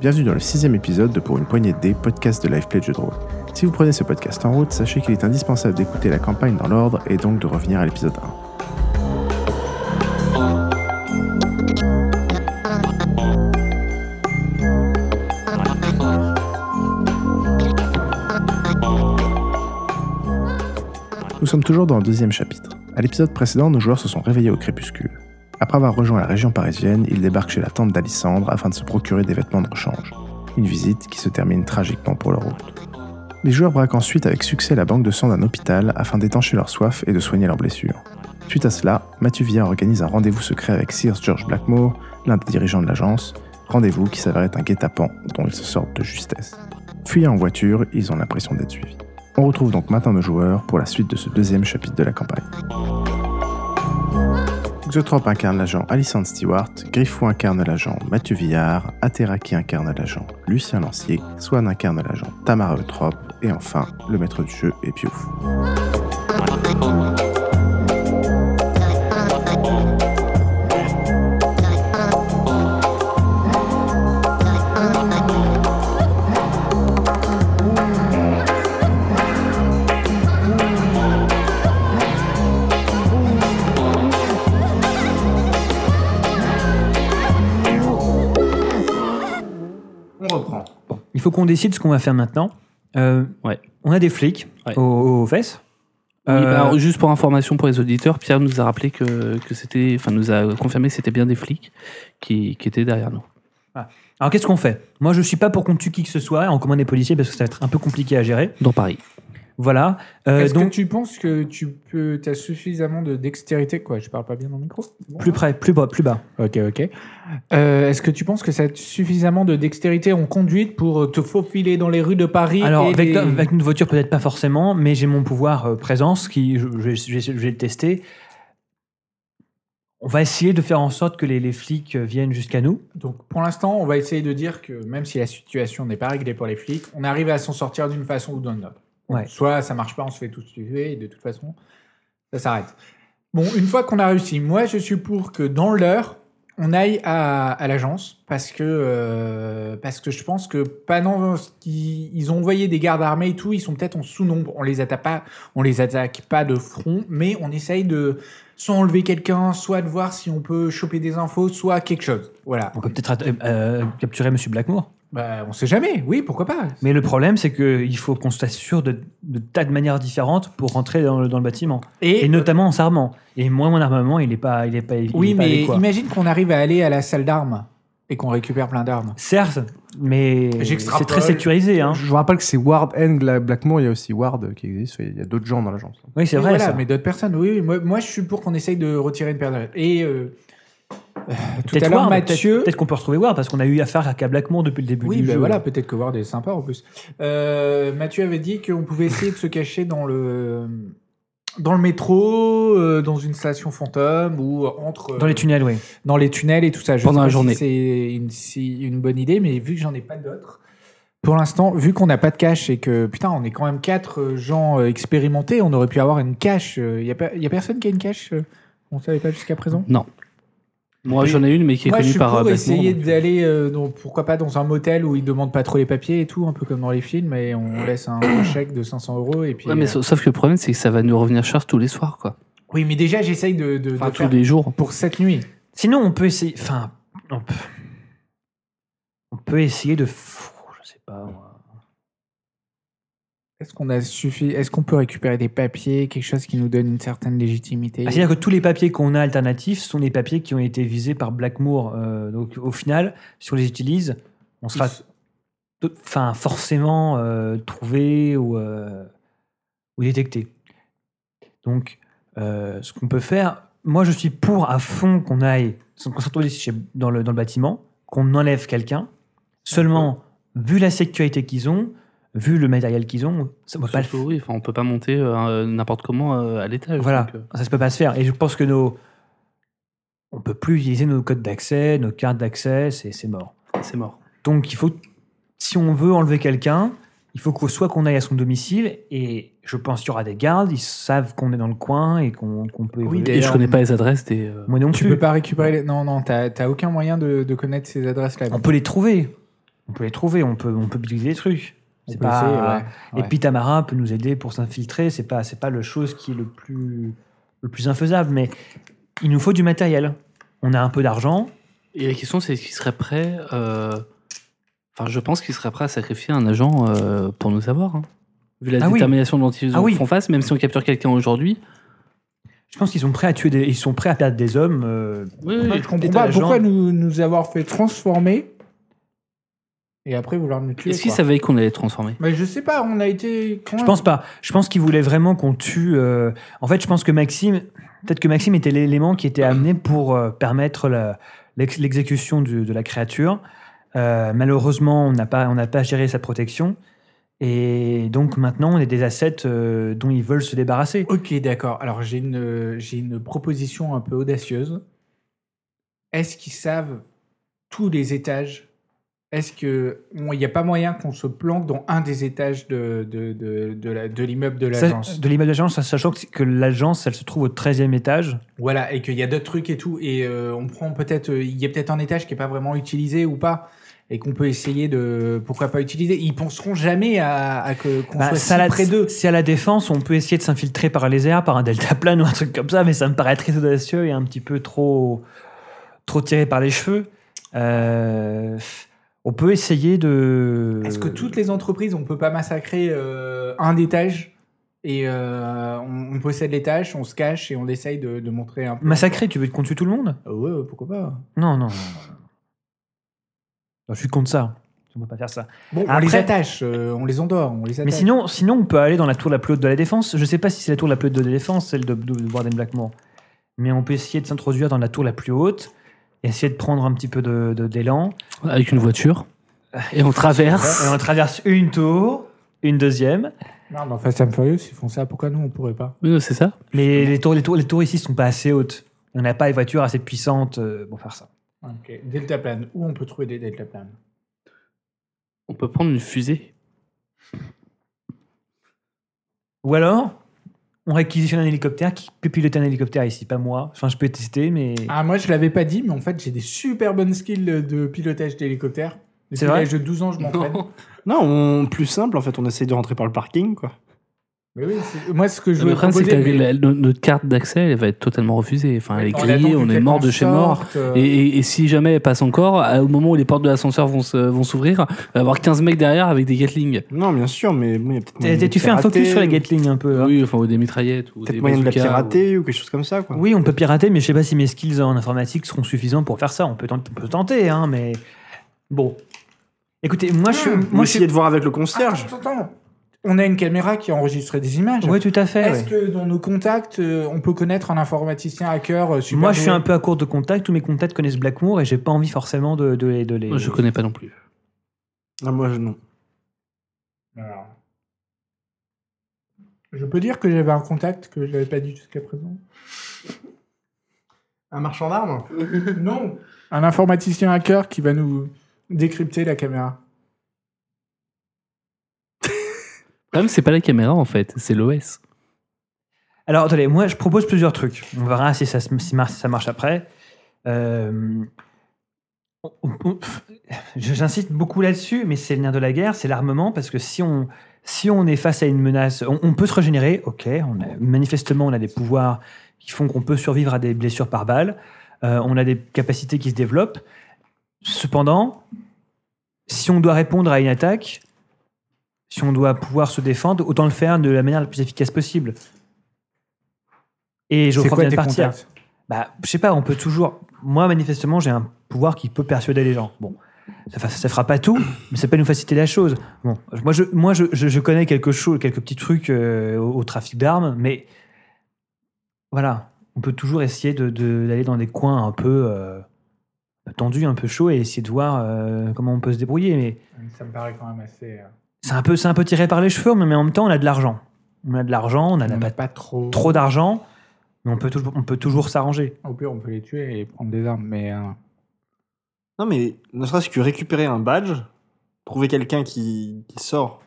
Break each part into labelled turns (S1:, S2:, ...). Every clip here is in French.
S1: Bienvenue dans le sixième épisode de Pour une poignée de dés, podcast de Live Play de jeux de rôle. Si vous prenez ce podcast en route, sachez qu'il est indispensable d'écouter la campagne dans l'ordre et donc de revenir à l'épisode 1. Nous sommes toujours dans le deuxième chapitre. À l'épisode précédent, nos joueurs se sont réveillés au crépuscule. Après avoir rejoint la région parisienne, ils débarquent chez la tante d'Alissandre afin de se procurer des vêtements de rechange. Une visite qui se termine tragiquement pour leur hôte. Les joueurs braquent ensuite avec succès la banque de sang d'un hôpital afin d'étancher leur soif et de soigner leurs blessures. Suite à cela, Mathieu Villa organise un rendez-vous secret avec Sears George Blackmore, l'un des dirigeants de l'agence, rendez-vous qui s'avère être un guet-apens dont ils se sortent de justesse. Fuyant en voiture, ils ont l'impression d'être suivis. On retrouve donc maintenant nos joueurs pour la suite de ce deuxième chapitre de la campagne. Xotrop incarne l'agent Alison Stewart, Griffou incarne l'agent Mathieu Villard, Ateraki incarne l'agent Lucien Lancier, Swan incarne l'agent Tamara Eutrope, et enfin, le maître du jeu est Piouf.
S2: On reprend.
S3: Il faut qu'on décide ce qu'on va faire maintenant. Euh,
S4: Ouais.
S3: On a des flics
S4: Ouais.
S3: aux, aux fesses.
S4: Oui,
S3: Euh,
S4: bah, alors, juste pour information pour les auditeurs, Pierre nous a rappelé que, que c'était, enfin nous a confirmé que c'était bien des flics qui, qui étaient derrière nous.
S3: alors qu'est-ce qu'on fait Moi, je suis pas pour qu'on tue qui que ce soit, on commande des policiers parce que ça va être un peu compliqué à gérer.
S4: Dans Paris.
S3: Voilà. Euh,
S2: Est-ce
S3: donc
S2: que tu penses que tu peux, as suffisamment de dextérité Quoi, je parle pas bien dans le micro C'est bon,
S3: plus
S2: hein
S3: près, plus bas, plus bas.
S2: Ok, ok. Euh, Est-ce que tu penses que ça a suffisamment de dextérité en conduite pour te faufiler dans les rues de Paris
S3: Alors
S2: et
S3: avec,
S2: les-
S3: avec une voiture peut-être pas forcément, mais j'ai mon pouvoir euh, présence qui je, je vais- je vais- je vais le tester. On va essayer de faire en sorte que les, les flics euh, viennent jusqu'à nous.
S2: Donc pour l'instant, on va essayer de dire que même si la situation n'est pas réglée pour les flics, on arrive à s'en sortir d'une façon ou d'une autre. Donc,
S3: Ouais.
S2: Soit ça marche pas, on se fait tous tuer, et de toute façon, ça s'arrête. Bon, une fois qu'on a réussi, moi je suis pour que dans l'heure, on aille à, à l'agence, parce que, euh, parce que je pense que pendant qu'ils ils ont envoyé des gardes armés et tout, ils sont peut-être en sous-nombre. On les attaque pas, on les attaque pas de front, mais on essaye de soit enlever quelqu'un, soit de voir si on peut choper des infos, soit quelque chose. Voilà.
S3: On peut peut-être atta- euh, capturer Monsieur Blackmore.
S2: Bah, on sait jamais, oui, pourquoi pas.
S3: Mais le problème, c'est qu'il faut qu'on s'assure de, de tas de manières différentes pour rentrer dans le, dans le bâtiment.
S2: euh,
S3: Et notamment en s'armant. Et moi, mon armement, il n'est pas, il est pas, il est
S2: oui,
S3: pas
S2: mais
S3: adéquat.
S2: imagine qu'on arrive à aller à la salle d'armes et qu'on récupère plein d'armes.
S3: Certes, mais
S2: J'extrapole.
S3: c'est très sécurisé. Hein.
S1: Je vous rappelle que c'est Ward and Gla- Blackmore, il y a aussi Ward qui existe, il y a d'autres gens dans l'agence.
S3: Oui, c'est
S2: Oui,
S3: vrai.
S2: voilà,
S3: ça.
S2: mais d'autres personnes, oui, oui, moi, moi, je suis pour qu'on essaye de retirer une paire d'armes. Et euh, euh, tout
S3: Peut-être
S2: à l'heure,
S3: Ward,
S2: Mathieu.
S3: peut-être- Peut-être qu'on peut retrouver Ward parce qu'on a eu affaire à Blackmore depuis le début
S2: Oui,
S3: du
S2: ben
S3: jeu.
S2: voilà, peut-être que Ward est sympa en plus. Euh, Mathieu avait dit qu'on pouvait essayer de se cacher dans le dans le métro, euh, dans une station fantôme ou entre euh,
S3: Dans les tunnels, oui.
S2: dans les tunnels et tout ça. Je
S4: Pendant
S2: sais
S4: la
S2: pas
S4: journée.
S2: si c'est une, si- une bonne idée, mais vu que j'en ai pas d'autres, pour l'instant, vu qu'on n'a pas de cash et que putain, on est quand même quatre euh, gens euh, expérimentés, on aurait pu avoir une cash. Il y a, pas- y a personne qui a une cash. euh, on savait pas jusqu'à présent.
S4: Non. Moi
S2: Et-
S4: j'en ai une mais qui est
S2: Moi, je
S4: connue
S2: suis
S4: par
S2: pour
S4: euh, Blackmore,
S2: essayer
S4: donc-
S2: d'aller, euh, dans- pourquoi pas, dans un motel où ils demandent pas trop les papiers et tout, un peu comme dans les films, et on laisse un chèque de 500 euros et puis.
S4: Ouais, mais
S2: euh,
S4: sa- sauf que le problème c'est que ça va nous revenir cher tous les soirs quoi.
S2: Oui, mais déjà, j'essaye de, de- de
S4: Enfin tous
S2: faire
S4: les jours.
S2: pour cette nuit.
S3: Sinon, on peut essayer. Enfin, on peut, on peut essayer de. Pff, Je sais pas. moi.
S2: Est-ce qu'on a suffi Est-ce qu'on peut récupérer des papiers, quelque chose qui nous donne une certaine légitimité
S3: Ah, C'est-à-dire que tous les papiers qu'on a alternatifs sont des papiers qui ont été visés par Blackmore. euh, donc, au final, si on les utilise, on sera de- enfin forcément euh, trouvé ou, euh, ou détecté. Donc, euh, ce qu'on peut faire, moi je suis pour à fond qu'on aille, qu'on se retrouve ici chez- dans le, dans le bâtiment, qu'on enlève quelqu'un. Seulement, vu la sécurité qu'ils ont, vu le matériel qu'ils ont, ça ne peut pas le
S4: Surtout, oui, enfin, on peut pas monter euh, n'importe comment euh, à l'étage.
S3: Voilà,
S4: donc, euh,
S3: ça ne peut pas se faire. Et je pense que nos. On peut plus utiliser nos codes d'accès, nos cartes d'accès, c'est c'est mort.
S4: c'est mort.
S3: Donc, il faut, si on veut enlever quelqu'un, il faut que soit qu'on aille à son domicile, et je pense qu'il y aura des gardes, ils savent qu'on est dans le coin et qu'on qu'on peut
S2: Oui,
S3: évoluer.
S4: Et
S2: D'ailleurs,
S4: je connais pas les adresses des. euh,
S3: Moi non
S2: Tu
S3: plus.
S2: peux pas récupérer. les- Non, non, t'as t'as aucun moyen de, de connaître ces adresses-là.
S3: On peut les trouver. On on peut les trouver, on peut, on peut utiliser des trucs.
S2: On
S3: C'est
S2: peut
S3: pas-
S2: essayer, ouais.
S3: Et puis Tamara peut nous aider pour s'infiltrer. C'est pas, c'est pas le chose qui est le plus, le plus infaisable, mais il nous faut du matériel. On a un peu d'argent.
S4: Et la question, c'est est-ce qu'il serait prêt. euh, Enfin, je pense qu'il serait prêt à sacrifier un agent euh, pour nous avoir. hein. Vu la
S3: Ah oui.
S4: détermination dont ils
S3: Ah oui.
S4: font face, même si on capture quelqu'un aujourd'hui.
S3: Je pense qu'ils sont prêts à tuer des, ils sont prêts à perdre des hommes. euh,
S4: Oui,
S2: Ouais, je comprends pas
S3: l'état
S2: pourquoi
S3: agent.
S2: nous, nous avoir fait transformer et après vouloir nous tuer.
S4: Est-ce qu'ils
S2: quoi.
S4: savaient qu'on allait transformer
S2: Mais je sais pas, on a été. quand
S3: Je
S2: même-
S3: pense pas. Je pense qu'il voulait vraiment qu'on tue. euh, En fait, je pense que Maxime, peut-être que Maxime était l'élément qui était amené pour euh, permettre la- l'ex- l'exécution du- de la créature. Euh, malheureusement, on n'a pas, on n'a pas géré sa protection. Et donc maintenant, on est des assets euh, dont ils veulent se débarrasser.
S2: Ok, d'accord. Alors j'ai une, j'ai une proposition un peu audacieuse. Est-ce qu'ils savent tous les étages Est-ce que il n'y a pas moyen qu'on se planque dans un des étages de, de, de, de la- de l'immeuble de
S3: Ça-
S2: l'agence
S3: de l'immeuble d'agence, sachant que, que l'agence, elle se trouve au 13e étage.
S2: Voilà, et qu'il y a d'autres trucs et tout, et euh, on prend peut-être, euh, il y a peut-être un étage qui est pas vraiment utilisé ou pas, et qu'on peut essayer de, pourquoi pas utiliser. Ils penseront jamais à, à que qu'on
S3: Bah,
S2: soit
S3: ça,
S2: si
S3: la-
S2: près d'eux.
S3: si à la défense, on peut essayer de s'infiltrer par les airs, par un deltaplane ou un truc comme ça, mais ça me paraît très audacieux et un petit peu trop, trop tiré par les cheveux. Euh, on peut essayer de.
S2: Est-ce que toutes les entreprises, on peut pas massacrer euh, un étage et euh, on, on possède l'étage, on se cache et on essaye de, de montrer un peu.
S3: Massacrer, tu veux qu'on tue tout le monde
S2: Ah ouais, ouais, pourquoi pas.
S3: Non, non, non. non, non. Non, Je suis contre ça. On ne peut pas faire ça.
S2: Bon, on
S3: Après-
S2: les attache, euh, on les endort, on les attache.
S3: Mais sinon, sinon, on peut aller dans la tour la plus haute de la défense. Je sais pas si c'est la tour la plus haute de la défense, celle de, de, de Warden Blackmore. Mais on peut essayer de s'introduire dans la tour la plus haute, et essayer de prendre un petit peu d'élan. De, d'élan.
S4: Avec une voiture. Et on traverse.
S3: Et on traverse une tour, une deuxième.
S2: non, mais enfin, ça me furieux s'ils font ça. Pourquoi nous, on pourrait pas
S4: Oui, non, c'est ça.
S3: Mais les tours, les, tours, les tours ici sont pas assez hautes. On n'a pas les voitures assez puissantes euh, pour faire ça.
S2: Ok, deltaplane. Où on peut trouver des deltaplanes
S4: On peut prendre une fusée.
S3: Ou alors, on réquisitionne un hélicoptère. Qui peut piloter un hélicoptère ici Pas moi. Enfin, je peux tester, mais.
S2: Ah, moi, je l'avais pas dit, mais en fait, j'ai des super bonnes skills de pilotage d'hélicoptère.
S3: C'est
S2: Depuis
S3: vrai
S2: l'âge de 12 ans, je m'entraîne.
S5: Non, on- plus simple, en fait, on essaye de rentrer par le parking, quoi.
S2: Mais oui, c'est- moi, ce que je
S4: Le
S2: veux
S4: problème, c'est
S2: proposer...
S4: que la-
S2: mais-
S4: no- notre carte d'accès, elle va être totalement refusée. Enfin, elle est
S2: On attend
S4: grillée,
S2: que
S4: on est
S2: quelqu'un
S4: mort de chez mort.
S2: sorte, euh,
S4: Et, et- et si jamais elle passe encore, à- au moment où les portes de l'ascenseur vont se- vont s'ouvrir, il va y avoir 15 mecs derrière avec des Gatling.
S5: Non, bien sûr, mais bon, il y a peut-être
S3: T'as-
S5: moyen
S3: t'as-
S5: de
S3: Tu fais un
S5: pirater,
S3: focus sur la
S5: ou
S3: Gatling un peu. hein.
S4: Oui, enfin, ou des mitraillettes. Ou des
S5: Peut-être moyen de la
S4: bazookas,
S5: pirater ou quelque chose comme ça, quoi.
S3: Oui, on peut pirater, mais je sais pas si mes skills en informatique seront suffisants pour faire ça. On peut tenter, on peut tenter hein, mais bon. Écoutez, moi je,
S2: Hmm,
S5: Moi,
S3: moi je
S5: essayer de voir avec le concierge.
S2: Attends, attends, attends. On a une caméra qui a enregistré des images.
S3: Oui, tout à fait.
S2: Est-ce
S3: ouais.
S2: que dans nos contacts, euh, on peut connaître un informaticien hacker euh, super
S3: Moi, je suis
S2: doué
S3: un peu à court de contact. Tous mes contacts connaissent Blackmoor et j'ai pas envie forcément de, de les. De les...
S4: Moi, je connais pas non plus.
S5: Ah, moi, je- non.
S2: Alors. Je peux dire que j'avais un contact que je n'avais pas dit jusqu'à présent
S5: Un marchand d'armes
S2: Non Un informaticien hacker qui va nous décrypter la caméra.
S4: Le problème, c'est pas la caméra en fait, c'est l'OS.
S3: Alors, attendez, moi, je propose plusieurs trucs. On verra si ça, se- si mar- si ça marche après. Euh, on- on- on- pff, je- J'insiste beaucoup là-dessus, mais c'est le nerf de la guerre, c'est l'armement, parce que si on, si on est face à une menace, on, on peut se régénérer, ok, on a- manifestement, on a des pouvoirs qui font qu'on peut survivre à des blessures par balle, euh, on a des capacités qui se développent. Cependant, si on doit répondre à une attaque, si on doit pouvoir se défendre, autant le faire de la manière la plus efficace possible. Et je
S2: C'est quoi
S3: crois bien
S2: tes
S3: partir.
S2: contacts
S3: Bah, je sais pas, on peut toujours. Moi, manifestement, j'ai un pouvoir qui peut persuader les gens. Bon, ça, fa- ça fera pas tout, mais ça peut nous faciliter la chose. Bon, moi, je, moi, je, je- je connais quelque chose, quelques petits trucs euh, au, au trafic d'armes, mais voilà, on peut toujours essayer de- de- d'aller dans des coins un peu euh, tendus, un peu chauds, et essayer de voir euh, comment on peut se débrouiller. Mais
S2: Ça me paraît quand même assez... euh,
S3: c'est un peu, c'est un peu tiré par les cheveux, mais mais en même temps, on a de l'argent. On a de l'argent, on a pas
S2: on n'a pas trop...
S3: trop d'argent, mais on peut, toujours- on peut toujours s'arranger.
S2: Au pire, on peut les tuer et prendre des armes, mais... euh,
S5: Non, mais ne serait-ce que récupérer un badge, trouver quelqu'un qui, qui sort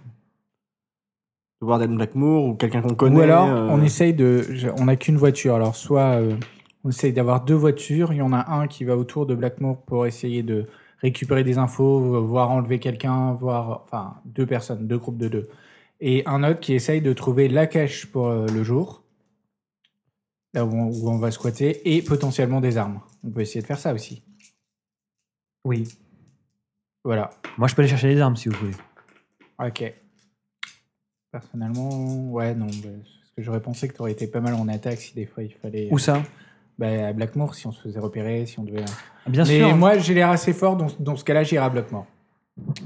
S5: de Warden Blackmoor ou quelqu'un qu'on connaît.
S2: Ou alors,
S5: euh,
S2: on essaye de. je- On n'a qu'une voiture. Alors, soit euh, on essaye d'avoir deux voitures. Il y en a un qui va autour de Blackmore pour essayer de récupérer des infos, voire enlever quelqu'un, voire enfin deux personnes, deux groupes de deux, et un autre qui essaye de trouver la cache pour euh, le jour, là où on, où on va squatter, et potentiellement des armes. On peut essayer de faire ça aussi.
S3: Oui.
S2: Voilà.
S3: Moi, je peux aller chercher les armes si vous voulez.
S2: Ok. Personnellement, ouais, non. bah, parce que j'aurais pensé que tu aurais été pas mal en attaque si des fois il fallait.
S3: Où ça
S2: Bah, à Blackmore, si on se faisait repérer, si on devait.
S3: Bien
S2: Mais
S3: sûr.
S2: moi, j'ai l'air assez fort, donc dans ce cas-là, j'irai à Blackmore.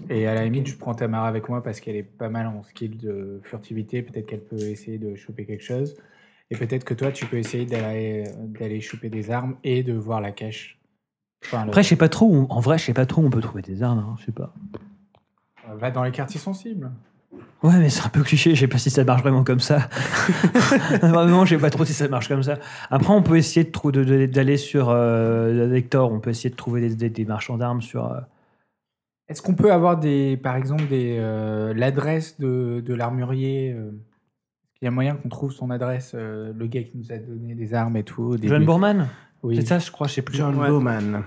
S2: Et à la limite, je prends Tamara avec moi parce qu'elle est pas mal en skill de furtivité. Peut-être qu'elle peut essayer de choper quelque chose. Et peut-être que toi, tu peux essayer d'aller d'aller choper des armes et de voir la cache. Enfin, le-
S3: Après, je sais pas trop. où- En vrai, je sais pas trop où on peut trouver des armes. hein, je sais pas.
S2: va dans les quartiers sensibles.
S3: Ouais, mais c'est un peu cliché. Je sais pas si ça marche vraiment comme ça. vraiment, je sais pas trop si ça marche comme ça. Après, on peut essayer de trou- de- de- d'aller sur euh, Hector. On peut essayer de trouver des, des- des marchands d'armes sur. euh,
S2: Est-ce qu'on peut avoir des, par exemple, des euh, l'adresse de, de l'armurier euh, Il y a moyen qu'on trouve son adresse, euh, le gars qui nous a donné des armes et tout. au début.
S3: John Boorman.
S2: Oui.
S3: C'est ça, je crois. Je sais plus. Eh ben,
S1: John
S5: Ouais.
S1: Bowman.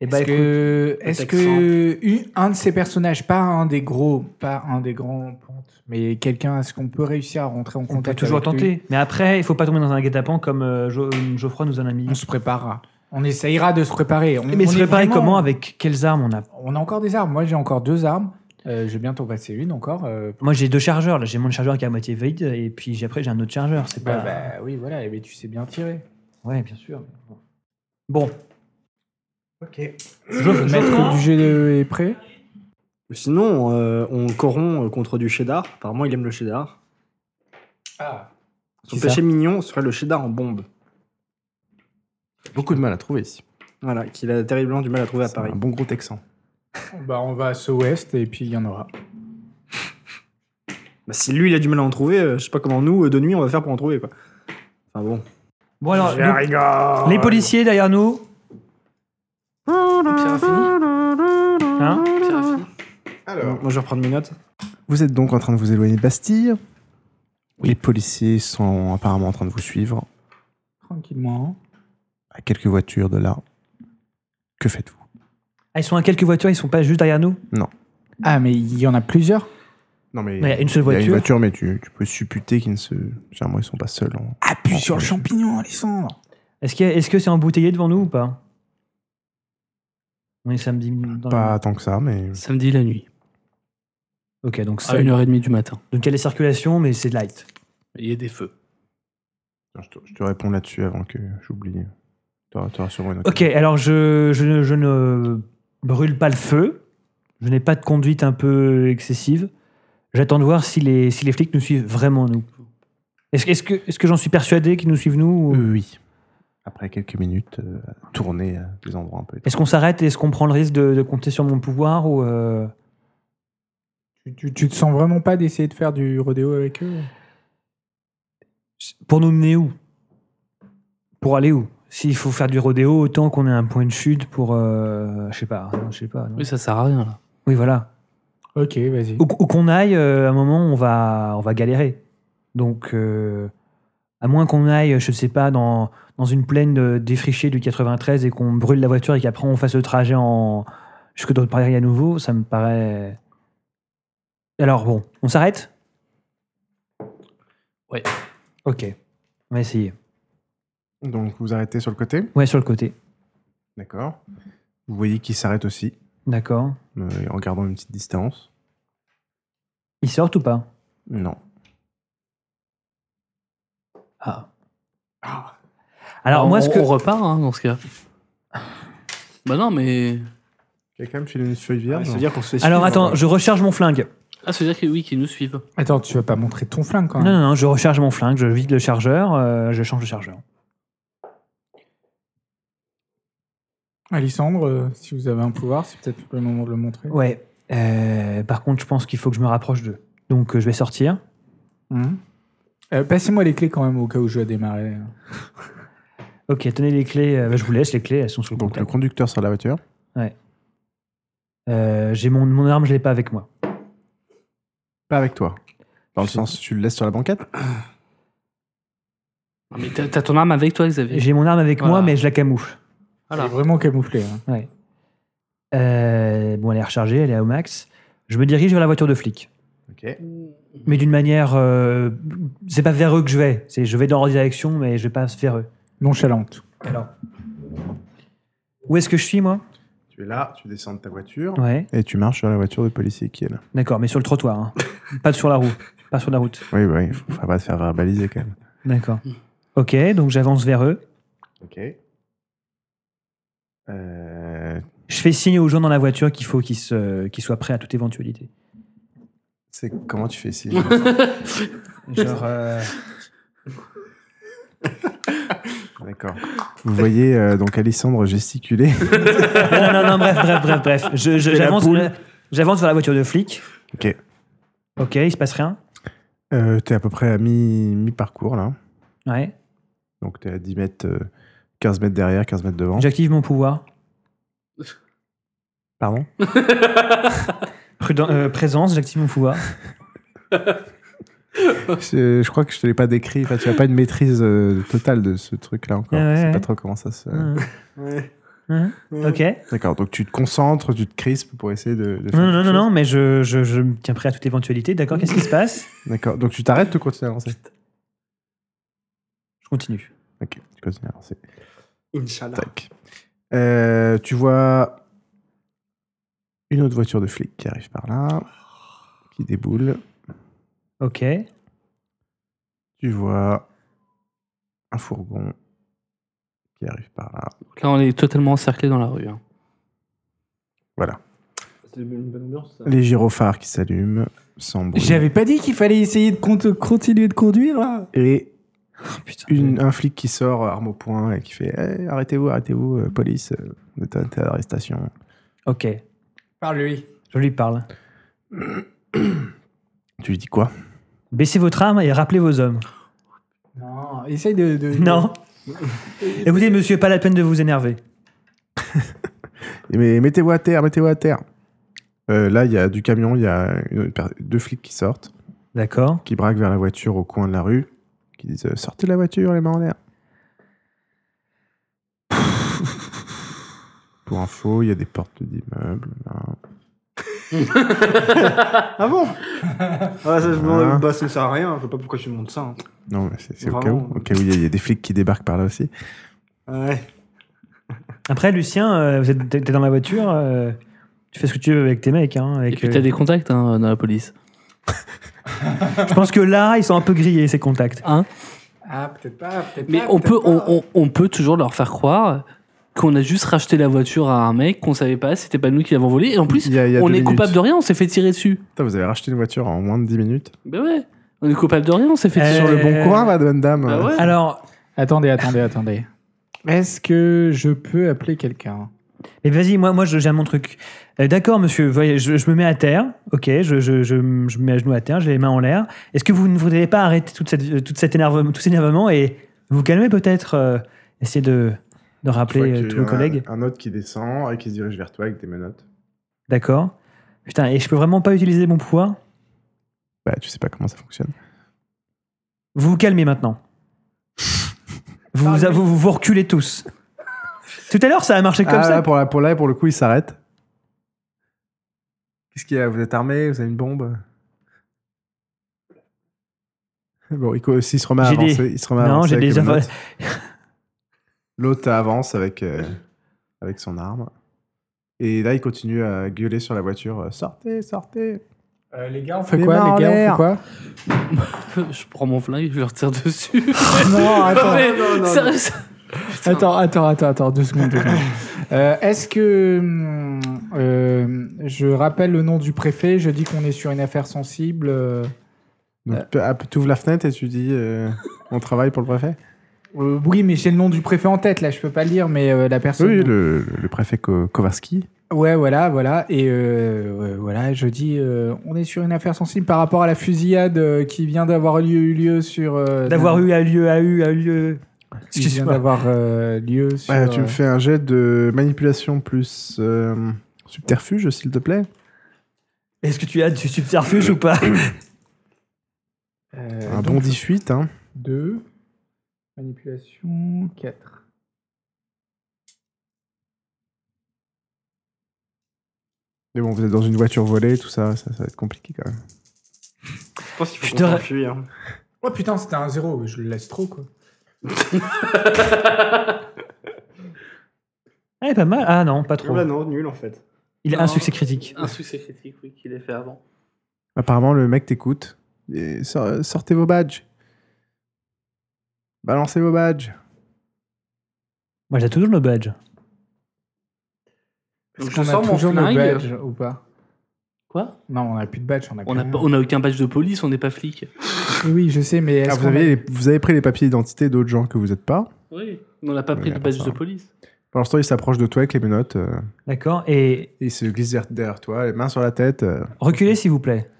S3: Et
S2: Est-ce que, est-ce que une- un de ces personnages, pas un des gros, pas un des grands pontes, mais quelqu'un, est-ce qu'on peut réussir à rentrer en
S3: on peut
S2: contact
S3: toujours
S2: avec lui
S3: tenter. Mais après, il faut pas tomber dans un guet-apens comme euh, Jo- Geoffroy nous en a mis.
S2: On se préparera. On essayera de se préparer. On,
S3: mais
S2: on
S3: se
S2: est
S3: préparer
S2: vraiment-
S3: comment Avec quelles armes on a
S2: On a encore des armes. Moi, j'ai encore deux armes. Euh, je vais bientôt passer une encore. euh,
S3: Moi, j'ai deux chargeurs. Là, j'ai mon chargeur qui est à moitié vide, et puis j'ai- après, j'ai un autre chargeur. C'est
S2: bah,
S3: pas.
S2: bah, oui, voilà. Mais tu sais bien tirer.
S3: Ouais, bien sûr. mais Bon. Bon.
S2: Ok.
S3: Je
S2: Le maître du jeu est prêt.
S5: Sinon, euh, on corrompt euh, contre du cheddar. Apparemment, il aime le cheddar.
S2: Ah.
S5: Son péché mignon serait le cheddar en bombe.
S1: Beaucoup de mal à trouver ici.
S5: Voilà, qu'il a terriblement du mal à trouver à Paris.
S1: Un bon gros texan.
S2: Bah, on va à ce ouest et puis il y en aura.
S5: Bah, si lui, il a du mal à en trouver, euh, je sais pas comment nous, euh, de nuit, on va faire pour en trouver. Quoi. Enfin bon.
S3: Bon, alors. donc, les policiers derrière nous.
S4: Pierre a fini
S3: Hein
S4: Pierre a fini
S5: Bon, Moi, je vais reprendre mes notes.
S1: Vous êtes donc en train de vous éloigner de Bastille. Les policiers sont apparemment en train de vous suivre
S2: Tranquillement.
S1: à quelques voitures de là. Que faites-vous
S3: Ah, ils sont à quelques voitures, ils sont pas juste derrière nous.
S2: Ah, mais il y en a plusieurs.
S1: Non mais
S3: Il y a une seule
S1: Il y a une
S3: voiture.
S1: voiture, mais tu, tu peux supputer qu'ils ne se. Généralement, ils sont pas seuls. hein. en-
S2: Appuie
S1: sur le
S2: champignon, Alessandre.
S3: Est-ce qu'il y a- est-ce que c'est embouteillé devant nous ou pas On est samedi. Dans
S1: Pas tant que ça, mais.
S4: Samedi la nuit,
S3: le- Ok, donc
S4: à
S3: ça.
S4: 1h30 du matin.
S3: Donc il y a les circulations, mais c'est light.
S4: Il y a des feux.
S1: Tiens, Je te, je te réponds là-dessus avant que j'oublie. Tu auras sûrement une
S3: Ok,
S1: occasion.
S3: alors je, je, ne- je ne brûle pas le feu. Je n'ai pas de conduite un peu excessive. J'attends de voir si les, si les flics nous suivent vraiment, nous. Est-ce que- est-ce que, est-ce que j'en suis persuadé qu'ils nous suivent, nous ou-
S1: Euh, oui. Après quelques minutes, euh, à tourner à des endroits un peu. étranges.
S3: Est-ce qu'on s'arrête et Est-ce qu'on prend le risque de, de compter sur mon pouvoir ou euh,
S2: Tu, tu, tu te sens vraiment pas d'essayer de faire du rodéo avec eux
S3: Pour nous mener où Pour aller où S'il faut faire du rodéo, autant qu'on ait un point de chute pour... euh, je sais pas, non, je sais pas. non.
S4: Oui, ça sert à rien là.
S3: Oui, voilà.
S2: Ok, vas-y.
S3: Où, où qu'on aille, euh, à un moment, on va, on va galérer. Donc, euh, à moins qu'on aille, je sais pas, dans, dans une plaine euh, défrichée du 93 et qu'on brûle la voiture et qu'après on fasse le trajet en jusque dans Paris à nouveau, ça me paraît. Alors bon, on s'arrête
S4: Ouais.
S3: Ok, on va essayer.
S1: Donc vous arrêtez sur le côté.
S3: Ouais, sur le côté.
S1: D'accord. Vous voyez qu'il s'arrête aussi,
S3: D'accord.
S1: euh, en gardant une petite distance.
S3: Ils sortent ou pas
S1: Non.
S3: Ah. Alors
S4: on,
S3: moi, ce
S4: on-
S3: que.
S4: on repart hein, dans ce cas. Bah non, mais.
S1: Quelqu'un me file une feuille
S5: Ouais,
S1: vierge.
S5: se dire qu'on se fait
S3: Alors
S5: suivre.
S3: attends, je recharge mon flingue.
S4: Ah, ça veut dire que oui, qu'ils nous suivent.
S2: Attends, tu vas pas montrer ton flingue quand
S3: Non,
S2: même
S3: non, non, je recharge mon flingue, je vide le chargeur, euh, je change de chargeur.
S2: Alissandre, euh, si vous avez un pouvoir, c'est peut-être le moment de le montrer.
S3: Ouais. Euh, par contre, je pense qu'il faut que je me rapproche d'eux. Donc, euh, je vais sortir.
S2: Mhm. Euh, Passez-moi les clés quand même au cas où je dois démarrer.
S3: Ok, tenez les clés. euh, bah, je vous laisse les clés, elles sont sous le
S1: Donc le
S3: contact.
S1: conducteur sur la voiture.
S3: Euh, J'ai mon, mon arme, je l'ai pas avec moi.
S1: Pas avec toi. Dans le
S3: Je-
S1: sens, tu le laisses sur la banquette
S4: Non, mais t'as t'as ton arme avec toi, Xavier.
S3: J'ai mon arme avec
S4: Voilà.
S2: Ah,
S3: moi, mais je la camoufle.
S2: Elle est vraiment camouflé. hein.
S3: Euh, bon, elle est rechargée, elle est au max. Je me dirige vers la voiture de flic.
S1: Ok.
S3: Mais d'une manière. euh, c'est pas vers eux que je vais. C'est, je vais dans leur direction, mais je vais pas vers eux.
S2: Nonchalante.
S3: Alors. Où est-ce que je suis, moi
S1: Tu es là, tu descends de ta voiture.
S3: Ouais.
S1: Et tu marches sur la voiture de policier qui est là.
S3: D'accord, mais sur le trottoir. hein. pas sur la roue. Pas sur la route.
S1: Oui, oui, il ne faudra pas te faire verbaliser quand même.
S3: D'accord. Ok, donc j'avance vers eux.
S1: Ok. Euh,
S3: Je fais signe aux gens dans la voiture qu'il faut qu'ils, se- qu'ils soient prêts à toute éventualité.
S1: c'est comment tu fais ici
S3: Genre. euh,
S1: D'accord. Vous voyez euh, donc Alessandre gesticuler.
S3: non, non, non, bref, bref, bref, bref. Je- je-
S1: Fais la
S3: j'avance, euh,
S1: poule.
S3: j'avance vers la voiture de flic.
S1: Ok.
S3: Ok, il se passe rien.
S1: Euh, t'es à peu près à mi- mi-parcours là.
S3: Ouais.
S1: Donc t'es à 10 mètres, euh, 15 mètres derrière, 15 mètres devant.
S3: J'active mon pouvoir.
S1: Pardon
S3: Pruden- euh, présence, j'active mon pouvoir.
S1: je, je crois que je te l'ai pas décrit. Enfin, tu n'as pas une maîtrise euh, totale de ce truc là encore.
S3: Ouais, ouais,
S1: Je sais
S3: ouais.
S1: pas trop comment ça se.
S3: Hein,
S5: Ouais.
S3: hein. Ok.
S1: D'accord. Donc tu te concentres, tu te crispes pour essayer de. de faire
S3: Non, non,
S1: quelque
S3: non,
S1: chose.
S3: non, mais je, je, je me tiens prêt à toute éventualité. D'accord, qu'est-ce qui se passe
S1: D'accord. Donc tu t'arrêtes, tu continues à avancer.
S3: Je continue.
S1: Ok. Tu continues à avancer.
S5: Inch'Allah.
S1: Tac. Euh, tu vois une autre voiture de flic qui arrive par là, qui déboule.
S3: Ok.
S1: Tu vois un fourgon qui arrive par là.
S4: Donc Là, on est totalement encerclé dans la rue. hein.
S5: C'est une bonne ambiance, ça.
S1: Les gyrophares qui s'allument sans bruit.
S2: J'avais pas dit qu'il fallait essayer de cont- continuer de conduire là
S1: Et
S3: Oh, putain.
S1: une, un flic qui sort, euh, arme au poing, et qui fait Eh, Arrêtez-vous, arrêtez-vous, euh, police, euh, vous êtes en état d'arrestation.
S3: Ok,
S2: Parle-lui.
S3: je lui parle.
S1: Tu lui dis quoi
S3: Baissez votre arme et rappelez vos hommes.
S2: Non, essaye de. de-
S3: Non. Écoutez, monsieur, pas la peine de vous énerver.
S1: Mais mettez-vous à terre, mettez-vous à terre. Euh, là, il y a du camion, il y a une autre per- deux flics qui sortent.
S3: D'accord.
S1: qui braque vers la voiture au coin de la rue, qui disent euh, Sortez de la voiture, les mains en l'air. Pour info, il y a des portes d'immeubles. hein.
S5: Ah bon Ah, ça, je
S1: Ah.
S5: me... bah, ça sert à rien. Je sais pas pourquoi tu me montres ça. hein.
S1: Non, mais c'est c'est au cas
S5: Vraiment.
S1: où. Au cas où, il y a- il y, a des flics qui débarquent par là aussi.
S5: Ouais.
S3: Après, Lucien, euh, vous êtes- t'es t'es dans la voiture. euh, tu fais ce que tu veux avec tes mecs. Hein, avec,
S4: Et puis,
S3: euh,
S4: t'as des contacts hein, dans la police.
S3: Je pense que là, ils sont un peu grillés, ces contacts.
S4: Hein
S2: Ah, peut-être pas, peut-être
S4: Mais
S2: pas,
S4: on
S2: peut-être
S4: peut, on,
S2: pas.
S4: on- on peut toujours leur faire croire qu'on a juste racheté la voiture à un mec qu'on savait pas, c'était pas nous qui l'avons volée. Et en plus,
S1: Il y a- il y a
S4: on
S1: deux
S4: est
S1: minutes.
S4: coupable de rien, on s'est fait tirer dessus.
S1: Putain, vous avez racheté une voiture en moins de 10 minutes.
S4: Ben ouais, on est coupable de rien, on s'est fait
S3: Euh,
S4: tirer
S1: Sur le bon coin, madame, dame.
S4: Bah ouais.
S3: Alors,
S2: Attendez, attendez, attendez. Est-ce que je peux appeler quelqu'un
S3: mais vas-y, moi, moi je- j'ai mon truc. Euh, D'accord, monsieur, voyez, je, je me mets à terre. Ok, je, je, je, je me mets à genoux à terre, j'ai les mains en l'air. Est-ce que vous ne voudriez pas arrêter toute cette, euh, toute cet énervement, tout cet énervement et vous calmer peut-être euh, Essayez de, de
S1: Je vois
S3: rappeler
S1: qu'il
S3: euh,
S1: y
S3: tous
S1: en
S3: vos
S1: a
S3: collègues.
S1: Un autre qui descend et qui se dirige vers toi avec des menottes.
S3: D'accord. Putain, et je peux vraiment pas utiliser mon pouvoir
S1: Bah, tu sais pas comment ça fonctionne.
S3: Vous vous calmez maintenant. Vous vous, vous, vous reculez tous. Tout à l'heure, ça a marché comme
S1: ah,
S3: ça.
S1: Là, pour, la, pour là, pour le coup, il s'arrête. Qu'est-ce qu'il y a Vous êtes armé Vous avez une bombe Bon, il, co- s'il se remet à
S3: J'ai des-
S1: avancer, il se remet à
S3: Non,
S1: avancer
S3: j'ai
S1: avec
S3: des
S1: les
S3: infos-
S1: menottes. L'autre avance avec, euh, avec son arme. Et là, il continue à gueuler sur la voiture. euh, Sortez, sortez
S2: Euh, Les gars, on fait
S1: Les
S2: quoi
S1: mains en
S2: Les gars, on
S1: l'air.
S2: fait quoi
S4: Je prends mon flingue et je leur tire dessus.
S2: Non, attends.
S4: Mais
S5: non, non,
S4: ça-
S5: non.
S4: ça-
S2: Attends, attends, attends, attends, deux secondes. deux secondes. Euh, Est-ce que hum, euh, je rappelle le nom du préfet Je dis qu'on est sur une affaire sensible. euh,
S1: Donc, tu- ah, tu ouvres la fenêtre et tu dis euh, On travaille pour le préfet
S2: euh, oui, mais j'ai le nom du préfet en tête là. Je peux pas le lire, mais euh, la personne.
S1: Oui, le, le préfet Ko- Kowarski.
S2: Ouais, voilà, voilà. Et euh, ouais, voilà, je dis, euh, on est sur une affaire sensible par rapport à la fusillade euh, qui vient d'avoir lieu, eu lieu sur. euh,
S3: D'avoir eu, a lieu, a eu, a lieu.
S1: Ah,
S2: Qui vient
S3: Excuse-moi.
S2: d'avoir euh, lieu sur.
S1: Ouais, tu me
S2: euh,
S1: fais un jet de manipulation plus euh, subterfuge, s'il te plaît.
S3: Est-ce que tu as du subterfuge ou pas
S2: euh,
S1: Un
S2: donc,
S1: bon 18, hein.
S2: 2. Manipulation 4.
S1: Mais bon, vous êtes dans une voiture volée, tout ça, ça, ça va être compliqué quand même.
S5: Je pense qu'il
S3: Je
S5: faut
S3: te
S5: qu'on
S3: ra-
S5: s'enfuit, hein.
S2: Oh putain, c'était un zéro, je le laisse trop quoi.
S3: Ah, pas mal. Ah non, pas
S5: Ah
S3: trop.
S5: bah non, nul en fait.
S3: Il a un
S4: Non.
S3: succès critique.
S4: Un succès critique, oui, qu'il ait fait avant.
S1: Apparemment, le mec t'écoute. Et sor- sortez vos badges. Balancez vos badges.
S3: Moi, j'ai toujours nos badges.
S4: Donc,
S2: Est-ce
S4: je
S2: qu'on a
S4: sors mon
S2: toujours nos
S4: flingue.
S2: badges ou pas
S4: Quoi
S2: Non, on a plus de badge, on a
S4: On
S2: plus
S4: n'a
S2: rien.
S4: pas- on a aucun badge de police, on n'est pas flic.
S2: Oui, Oui, je sais, mais est-ce
S1: Ah, vous,
S2: qu'on a-
S1: avez, les- vous avez pris les papiers d'identité d'autres gens que vous n'êtes pas.
S4: Oui, on n'a pas
S1: Oui,
S4: pris
S1: à
S4: de
S1: part
S4: badge
S1: ça.
S4: de police.
S1: Pour l'instant, il s'approche de toi avec les menottes. euh,
S3: D'accord Et
S1: et il se glisse derrière- derrière toi, les mains sur la tête. euh.
S3: reculez, s'il vous plaît.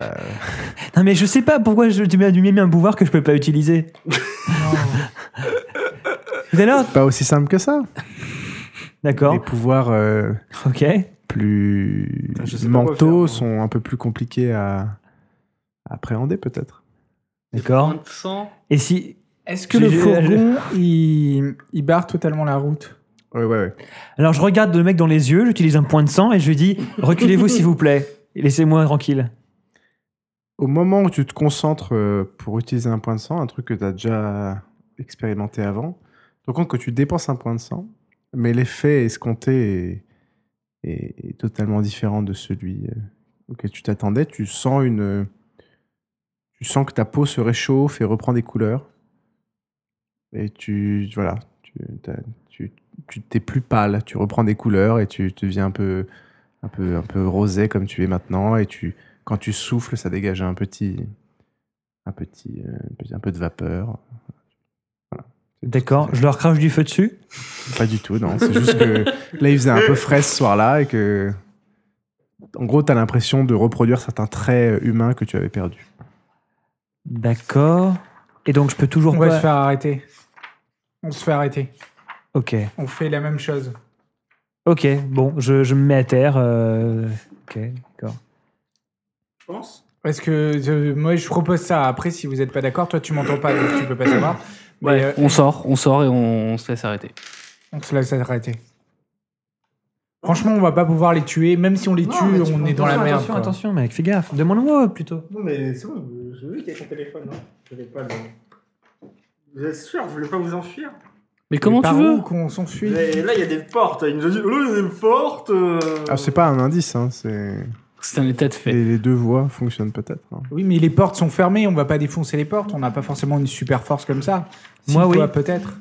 S3: Non, mais je sais pas pourquoi je, tu m'as tu m'as mis un pouvoir que je peux pas utiliser. Tout à l'heure
S1: Pas aussi simple que ça.
S3: D'accord.
S1: Les pouvoirs euh,
S3: Ok.
S1: plus
S5: Putain, je sais pas quoi faire,
S1: mentaux
S5: moi.
S1: sont un peu plus compliqués à, à appréhender, peut-être.
S3: D'accord.
S4: Moins de sang.
S3: Et si.
S2: Est-ce que le
S3: J'ai-
S2: fourgon, il... il barre totalement la route
S1: Ouais, ouais, ouais.
S3: Alors, je regarde le mec dans les yeux, j'utilise un point de sang et je lui dis reculez-vous, s'il vous plaît. et Laissez-moi tranquille.
S1: Au moment où tu te concentres euh, pour utiliser un point de sang, un truc que tu as déjà expérimenté avant, tu te rends compte que tu dépenses un point de sang, mais l'effet escompté est, est- est totalement différent de celui euh, auquel tu t'attendais. Tu sens une. Tu sens que ta peau se réchauffe et reprend des couleurs. Et tu. Voilà. Tu t'as- tu- tu t'es plus pâle, tu reprends des couleurs et tu, tu deviens un peu, un, peu, un peu rosé comme tu es maintenant. Et tu, quand tu souffles, ça dégage un petit, un petit, euh, un petit- un peu de vapeur. Voilà. C'est tout
S3: D'accord.
S1: ce que
S3: Je leur crache du feu dessus.
S1: c'est. Pas du tout, non. C'est juste que là, il faisait un peu frais ce soir-là et que, en gros, t'as l'impression de reproduire certains traits euh, humains que tu avais perdus.
S3: D'accord. Et donc, je peux toujours
S2: On
S3: pas.
S2: va se faire arrêter. On se fait arrêter.
S3: Ok.
S2: On fait la même chose.
S3: Ok. Bon, je, je me mets à terre. euh, Ok. D'accord.
S5: Je pense.
S2: Parce que euh, moi, je propose ça. Après, si vous n'êtes pas d'accord, toi, tu m'entends pas, donc tu peux pas savoir. Mais
S4: Ouais,
S2: euh,
S4: on sort, on sort et on, on se laisse arrêter.
S2: on te laisse arrêter. Franchement, on va pas pouvoir les tuer. Même si on les
S5: Non,
S2: tue,
S5: mais tu
S2: on
S5: peux-
S2: est dans la
S3: Attention,
S2: merde.
S3: Attention,
S2: quoi.
S3: attention, mec, fais gaffe. Demande-moi plutôt.
S5: Non mais c'est bon, je veux qu'il y ait son téléphone. Hein. Je vais pas le. Vous êtes sûr, vous voulez pas vous enfuir
S4: Mais comment
S2: Mais
S4: tu
S2: par
S4: veux
S2: où qu'on s'enfuit
S5: Mais là, il y a des portes. Il nous a dit, oh, il y a des portes. euh.
S1: Ah, c'est pas un indice, hein, c'est
S4: C'est un état de fait.
S1: les, les deux voies fonctionnent peut-être. hein.
S2: Oui, mais les portes sont fermées. On va pas défoncer les portes. On n'a pas forcément une super force comme ça. Si,
S3: Moi, oui.
S2: toi, peut-être.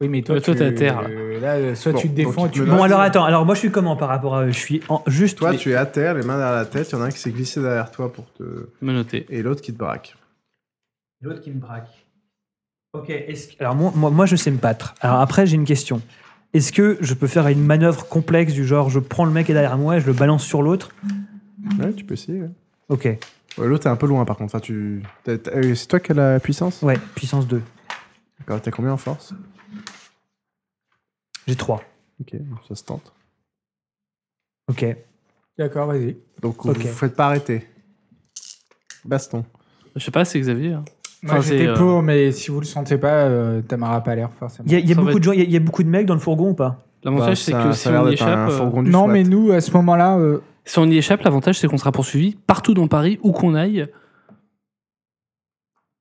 S2: Oui, mais toi,
S4: Mais toi,
S2: tu-
S4: t'es à terre, là.
S2: euh, Là, euh, soit
S1: Bon,
S2: tu te
S1: donc
S2: défends,
S1: tu
S2: tu
S1: me
S3: Bon,
S1: Vas-y.
S3: alors attends, alors moi je suis comment par rapport à eux Je suis en, juste.
S1: Toi,
S4: Mais-
S1: tu es à terre, les mains derrière la tête. Il y en a un qui s'est glissé derrière toi pour te,
S4: Me noter.
S1: et l'autre qui te braque.
S3: L'autre qui me braque. Ok, est-ce que- Alors moi, moi, moi, je sais me battre. Alors après, j'ai une question. Est-ce que je peux faire une manœuvre complexe du genre je prends le mec qui est derrière moi et je le balance sur l'autre
S1: Ouais, tu peux essayer. ouais.
S3: Ok,
S1: Ouais, L'autre est un peu loin par contre. Enfin, tu... t'as- t'as- euh, C'est toi qui as la puissance
S3: ouais, puissance 2.
S1: D'accord, T'as combien en force
S3: J'ai 3.
S1: Ok, ça se tente.
S3: Ok.
S2: D'accord, vas-y.
S1: Donc
S3: Ok.
S1: vous ne faites pas arrêter. Baston.
S4: Je sais pas, c'est Xavier. hein.
S2: Moi,
S4: Enfin, c'est,
S2: j'étais
S4: euh,
S2: pour, mais si vous le sentez pas, euh, Tamara a pas l'air forcément.
S3: Il y a, il y a
S4: Ça va
S3: beaucoup de gens, il y a- il y a beaucoup de mecs dans le fourgon ou pas
S1: Bah,
S4: L'avantage, c'est
S1: ça-
S4: que
S1: ça
S4: si
S1: a l'air
S4: on y
S1: d'être un
S4: échappe, euh,
S1: fourgon du
S2: Non,
S1: SWAT.
S2: mais nous, à ce moment-là, euh,
S4: si on y échappe, l'avantage, c'est qu'on sera poursuivi partout dans Paris, où qu'on aille.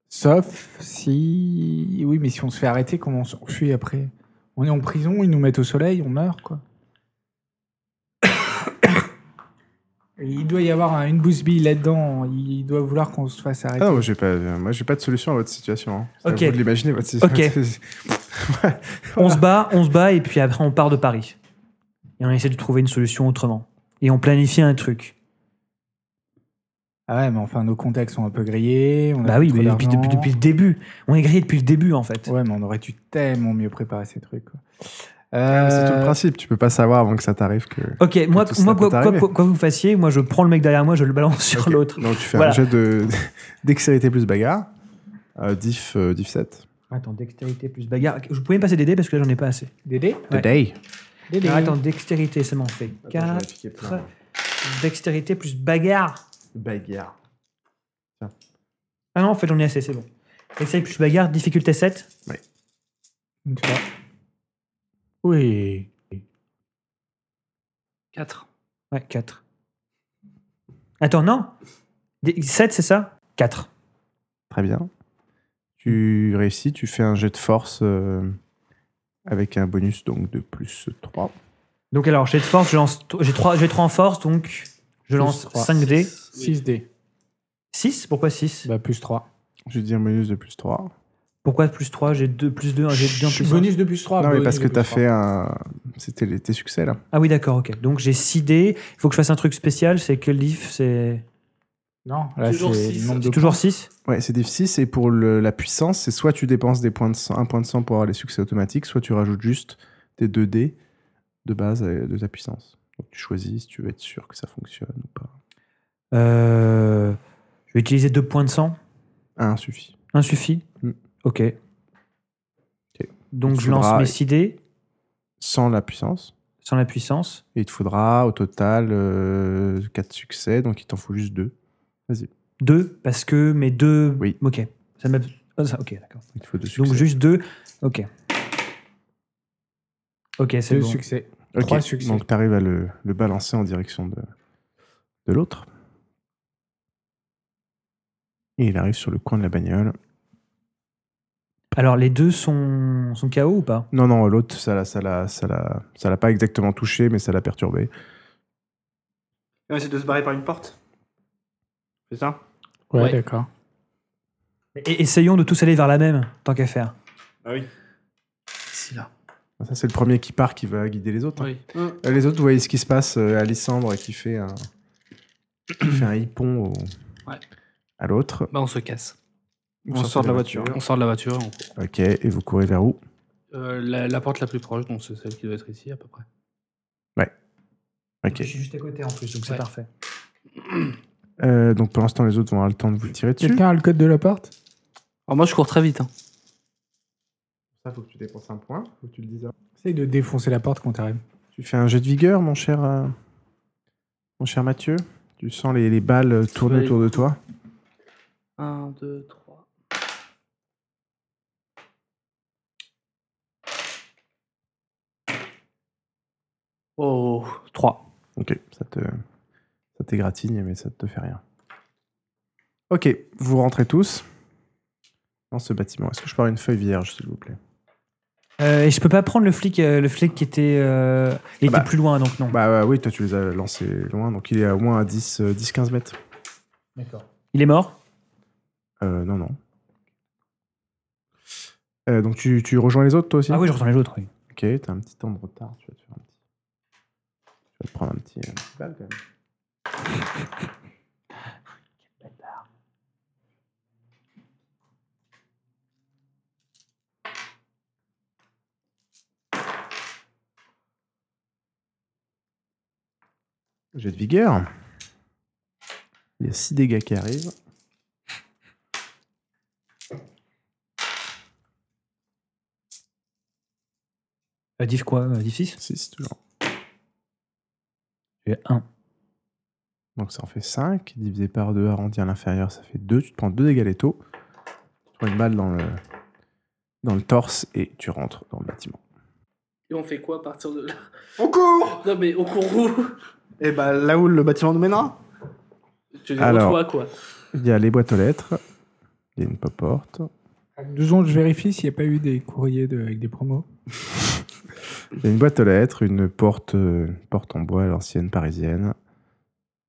S2: sauf si. Oui, mais si on se fait arrêter, comment on s'enfuit après On est en prison, ils nous mettent au soleil, on meurt, quoi. Et Il doit y avoir un- une bousbille là-dedans, il doit vouloir qu'on se fasse
S1: Ah
S2: arrêter.
S1: non, moi, j'ai pas, euh, moi j'ai pas de solution à votre situation. Hein. C'est à
S3: Ok.
S1: vous de l'imaginer votre situation.
S3: On se bat, on se bat, et puis après on part de Paris. Et on essaie de trouver une solution autrement. Et on planifie un truc.
S2: Ah ouais, mais enfin, nos contacts sont un peu grillés. On a
S3: Bah
S2: plus
S3: oui,
S2: trop
S3: mais depuis,
S2: d'argent.
S3: depuis, depuis le début. On est grillé depuis le début en fait.
S2: Ouais, mais on aurait dû tellement mieux préparer ces trucs, quoi.
S3: Ah,
S1: C'est tout le
S2: Euh,
S1: principe. Tu peux pas savoir avant que ça t'arrive que.
S3: Ok, moi,
S1: tout
S3: moi
S1: cela
S3: quoi,
S1: peut
S3: quoi,
S1: arriver.
S3: quoi- quoi vous fassiez, moi je prends le mec derrière moi, je le balance sur
S1: Ok.
S3: l'autre.
S1: Donc tu fais
S3: Voilà.
S1: un jet de dextérité plus bagarre. Euh, diff, euh, diff 7.
S3: Attends, dextérité plus bagarre. Ok, Je pouvais me passer des dés parce que là j'en ai pas assez.
S2: Dédé
S3: Ouais.
S1: day.
S2: Dédé
S3: Alors, attends, dextérité, ça m'en fait 4. Dextérité plus bagarre.
S1: Bagarre.
S3: Ah non, en fait j'en ai assez, c'est bon. Dextérité plus bagarre, difficulté 7.
S2: Oui.
S4: 4.
S3: Ouais, 4. Attends, non 7, c'est ça 4.
S1: Très bien. Tu réussis, tu fais un jet de force euh, avec un bonus donc de plus 3.
S3: Donc, alors, j'ai de force, je lance- j'ai 3, en force, donc je lance
S2: trois.
S3: 5 dés.
S2: 6 d
S3: 6 Pourquoi 6
S2: Bah, plus 3.
S1: Je dis un bonus de plus 3.
S3: Pourquoi plus 3 J'ai 2 plus 2, j'ai 2 plus 1.
S2: bonus de plus 3.
S1: non, mais parce que t'as fait un. C'était les- tes succès là.
S3: Ah oui, d'accord, ok. Donc, j'ai 6 dés. Il faut que je fasse un truc spécial, c'est que le diff, c'est
S2: Non, là,
S4: Toujours
S2: c'est
S4: six.
S2: le nombre de
S3: c'est toujours 6
S1: Ouais, c'est diff 6 et pour le- la puissance, c'est soit tu dépenses des points de sang, un point de sang pour avoir les succès automatiques, soit tu rajoutes juste tes 2 dés de base euh, de ta puissance. Donc tu choisis si tu veux être sûr que ça fonctionne ou pas.
S3: euh, Je vais utiliser 2 points de sang.
S1: Un suffit.
S3: Un suffit
S1: Mm.
S3: Ok. Donc,
S1: Il
S3: je lance
S1: faudra-
S3: mes 6 dés
S1: Sans la puissance.
S3: sans la puissance.
S1: Et il te faudra au total 4 succès, donc il t'en faut juste 2.
S3: 2 parce que mes deux.
S1: Oui.
S3: Ok. Ça m'a- ah, ça- ok, d'accord.
S1: Il te faut 2 succès.
S3: Donc juste deux. Ok. Ok, c'est
S2: deux
S3: bon.
S2: succès.
S1: Ok,
S2: trois succès.
S1: Donc tu arrives à le, le balancer en direction de, de l'autre. Et il arrive sur le coin de la bagnole.
S3: Alors les deux sont, sont KO ou pas
S1: Non, non, l'autre, ça l'a ça l'a- ça l'a- ça l'a pas exactement touché, mais ça l'a perturbé.
S5: On essaie de se barrer par une porte. C'est ça
S2: Ouais,
S4: Ouais.
S2: d'accord.
S3: Et essayons de tous aller vers la même, tant qu'à faire.
S5: Ah oui.
S4: Ici, là.
S1: Ça, c'est le premier qui part qui va guider les autres. hein.
S4: Oui.
S1: Euh, Les autres, vous voyez ce qui se passe. euh, Alissandre qui fait un, qui fait un hippon au-
S4: Ouais.
S1: à l'autre.
S4: Bah, on se casse.
S1: Vous
S5: On
S1: sortez
S5: sort de la voiture.
S4: On sort de la voiture. on-
S1: Ok, et vous courez vers où
S4: Euh, la, la porte la plus proche, donc c'est celle qui doit être ici à peu près.
S1: Ok.
S3: suis juste à côté en plus, donc
S4: c'est
S3: parfait.
S1: Euh, donc pour l'instant, les autres vont avoir le temps de vous tirer dessus.
S2: Quelqu'un a le code de la porte
S4: Alors, moi, je cours très vite. hein.
S1: Ça, faut que tu dépenses un point. Faut que tu le dises
S2: Essaye de défoncer la porte quand t'arrives.
S1: Tu fais un jet de vigueur, mon cher, euh, mon cher Mathieu. Tu sens les, les balles euh, tourner
S4: Oui.
S1: autour de toi.
S4: 1, 2, 3. Oh, 3.
S1: Ok, ça te, ça t'égratigne, mais ça te fait rien. Ok, vous rentrez tous dans ce bâtiment. Est-ce que je peux avoir une feuille vierge, s'il vous plaît
S3: Euh, et je peux pas prendre le flic, euh, le flic qui était, euh, il
S1: Ah bah.
S3: était plus loin, donc non.
S1: bah, bah oui, toi tu les as lancés loin, donc il est à au moins à 10, euh, 10-15 mètres.
S2: D'accord.
S3: Il est mort
S1: Euh, non, non. Euh, donc tu, tu rejoins les autres toi aussi
S3: Ah oui, je ressens les autres. oui.
S1: Ok, t'as un petit temps de retard, tu vas te faire un petit. Tu vas te prendre un petit, un petit bal quand même. J'ai de vigueur. Il y a 6 dégâts qui arrivent.
S3: Euh, diff quoi euh, Diff 6
S1: 6 toujours.
S3: J'ai 1.
S1: Donc ça en fait 5, divisé par 2, arrondi à l'inférieur, ça fait 2. Tu te prends 2 dégâts létaux. Tu te prends une balle dans le, dans le torse et tu rentres dans le bâtiment.
S4: Et on fait quoi à partir de là
S5: On court
S4: Non, mais on court où
S5: Et bah là où le bâtiment nous mènera
S4: Tu
S1: veux Alors.
S4: toi,
S1: toi,
S4: quoi.
S1: Il y a les boîtes aux lettres, il y a une pop-porte,
S2: Deux secondes, je vérifie s'il n'y a pas eu des courriers de- avec des promos.
S1: il y a une boîte aux lettres, une porte, euh, une porte en bois à l'ancienne parisienne,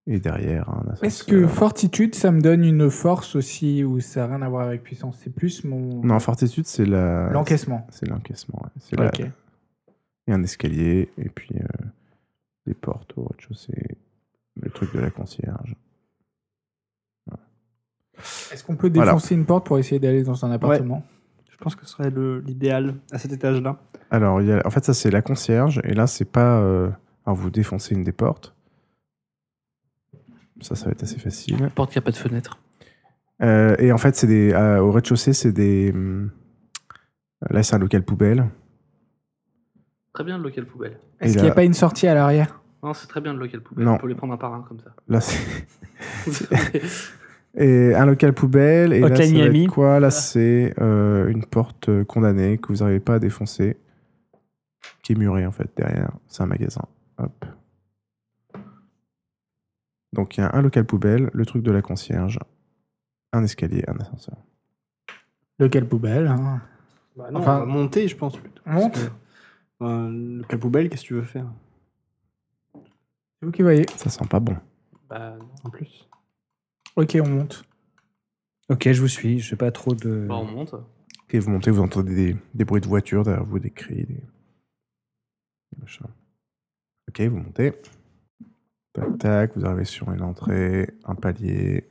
S1: et derrière un ascenseur.
S2: Est-ce que fortitude, ça me donne une force aussi ou ça n'a rien à voir avec puissance C'est plus mon.
S1: Non, fortitude, c'est la...
S2: L'encaissement.
S1: C'est l'encaissement, ouais. C'est la- Il y a un escalier, et puis euh, des portes au rez-de-chaussée, le truc de la concierge.
S2: Est-ce qu'on peut
S1: Voilà.
S2: défoncer une porte pour essayer d'aller dans un appartement
S5: Je pense que ce serait le- l'idéal à cet étage-là.
S1: Alors, il y a- en fait, ça, c'est la concierge. Et là, c'est pas. euh, Alors, vous défoncez une des portes. Ça, ça va être assez facile.
S4: Porte qui a pas de fenêtre.
S1: Euh, et en fait, c'est des. à- au rez-de-chaussée, c'est des. hum, Là, c'est un local poubelle.
S4: Très bien le local poubelle.
S1: Et
S2: Est-ce qu'il n'y
S1: là-
S2: a pas une sortie à l'arrière
S4: Non, c'est très bien le local poubelle.
S1: Non.
S4: On peut les prendre un par un comme ça.
S1: Là, c'est. Et un local poubelle. Et là,
S3: Hotline
S1: ça va être
S3: Miami.
S1: quoi Là, c'est euh, une porte euh, condamnée que vous n'arrivez pas à défoncer. Qui est murée, en fait, derrière. C'est un magasin. Hop. Donc il y a un local poubelle, le truc de la concierge, un escalier, un ascenseur.
S2: Lequel poubelle hein.
S5: Bah non,
S2: Enfin-
S5: on va monter, je pense. plutôt.
S2: On monte
S5: Euh, le cas poubelle, qu'est-ce que tu veux faire
S2: C'est vous qui voyez.
S1: Ça sent pas bon.
S5: Bah, non, en plus.
S2: Ok, on monte.
S3: Ok, je vous suis. Je sais pas trop de.
S4: Bah, on monte.
S1: Et vous montez, vous entendez des, des bruits de voiture derrière vous, des cris, des, des machins. Ok, vous montez. Tac, tac, vous arrivez sur une entrée, un palier.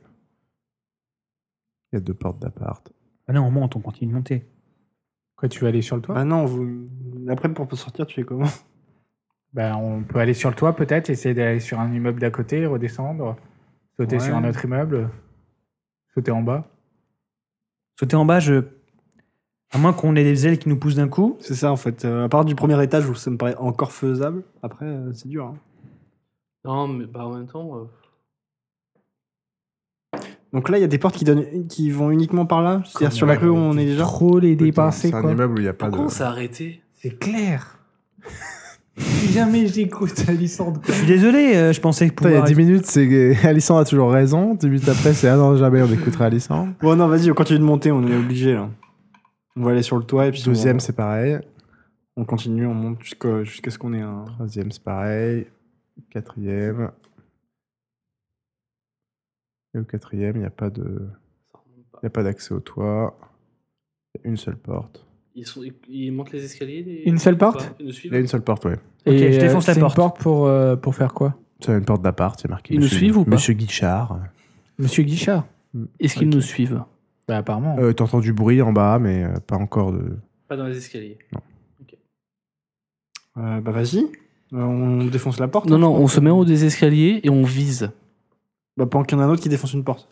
S1: Il y a deux portes d'appart.
S3: Ah non, on monte, on continue de monter.
S2: Quoi, tu veux aller sur le toit
S5: Bah non, vous... après pour sortir, tu fais comment
S2: Bah, on peut aller sur le toit peut-être, essayer d'aller sur un immeuble d'à côté, redescendre, sauter
S5: Ouais.
S2: sur un autre immeuble, sauter en bas.
S3: Sauter en bas, je. À moins qu'on ait des ailes qui nous poussent d'un coup.
S5: C'est ça en fait. Euh, à part du premier étage où ça me paraît encore faisable, après euh, c'est dur. hein.
S4: Non, mais bah, en même temps. euh,
S5: Donc là, il y a des portes qui, donnent, qui vont uniquement par là, c'est-à-dire
S1: Comme
S5: sur la
S1: on
S5: rue où on
S1: dit.
S5: est déjà. euh,
S2: Trop les
S1: Putain,
S2: dépasser,
S1: C'est un
S2: quoi.
S1: immeuble où il n'y a pas
S4: Pourquoi
S1: de.
S4: on s'est arrêté
S2: C'est clair. si jamais j'écoute Alissandre.
S3: Je suis désolé, euh, je pensais
S1: Putain, il y a
S3: pouvoir.
S1: 10 minutes, c'est Alissandre a toujours raison. 10 minutes après, c'est Ah non, jamais on écoutera Alissandre.
S5: Bon Oh non, vas-y, on continue de monter, on est obligé là. On va aller sur le toit et puis
S1: Deuxième,
S5: on,
S1: c'est pareil.
S5: on continue, on monte jusqu'à jusqu'à ce qu'on ait un.
S1: Troisième, c'est pareil. Quatrième. Et au quatrième, il n'y a pas de.
S4: Ça remonte pas.
S1: Il n'y a pas d'accès au toit. Il y a une seule porte.
S4: Ils, sont, ils, ils montent les escaliers les-
S2: Une seule
S4: ou pas
S2: porte
S4: Ils nous
S1: Il y a
S4: suivent
S1: une seule porte, oui.
S3: Ok, je défonce la
S2: c'est une
S3: porte.
S2: pour, euh, pour faire quoi
S1: C'est une porte d'appart, c'est marqué.
S4: Ils nous
S1: Monsieur-
S4: suivent ou pas
S1: Monsieur Guichard.
S2: Monsieur Guichard
S4: Est-ce qu'ils nous suivent
S2: Bah, apparemment.
S1: Euh, T'entends du bruit en bas, mais euh, pas encore de.
S4: Pas dans les escaliers.
S5: Euh, bah vas-y, Euh, on défonce la porte.
S4: Non,
S5: hein,
S4: non, on se met en haut des escaliers et on vise.
S5: Bah pendant qu'il y en a un autre qui défonce une porte.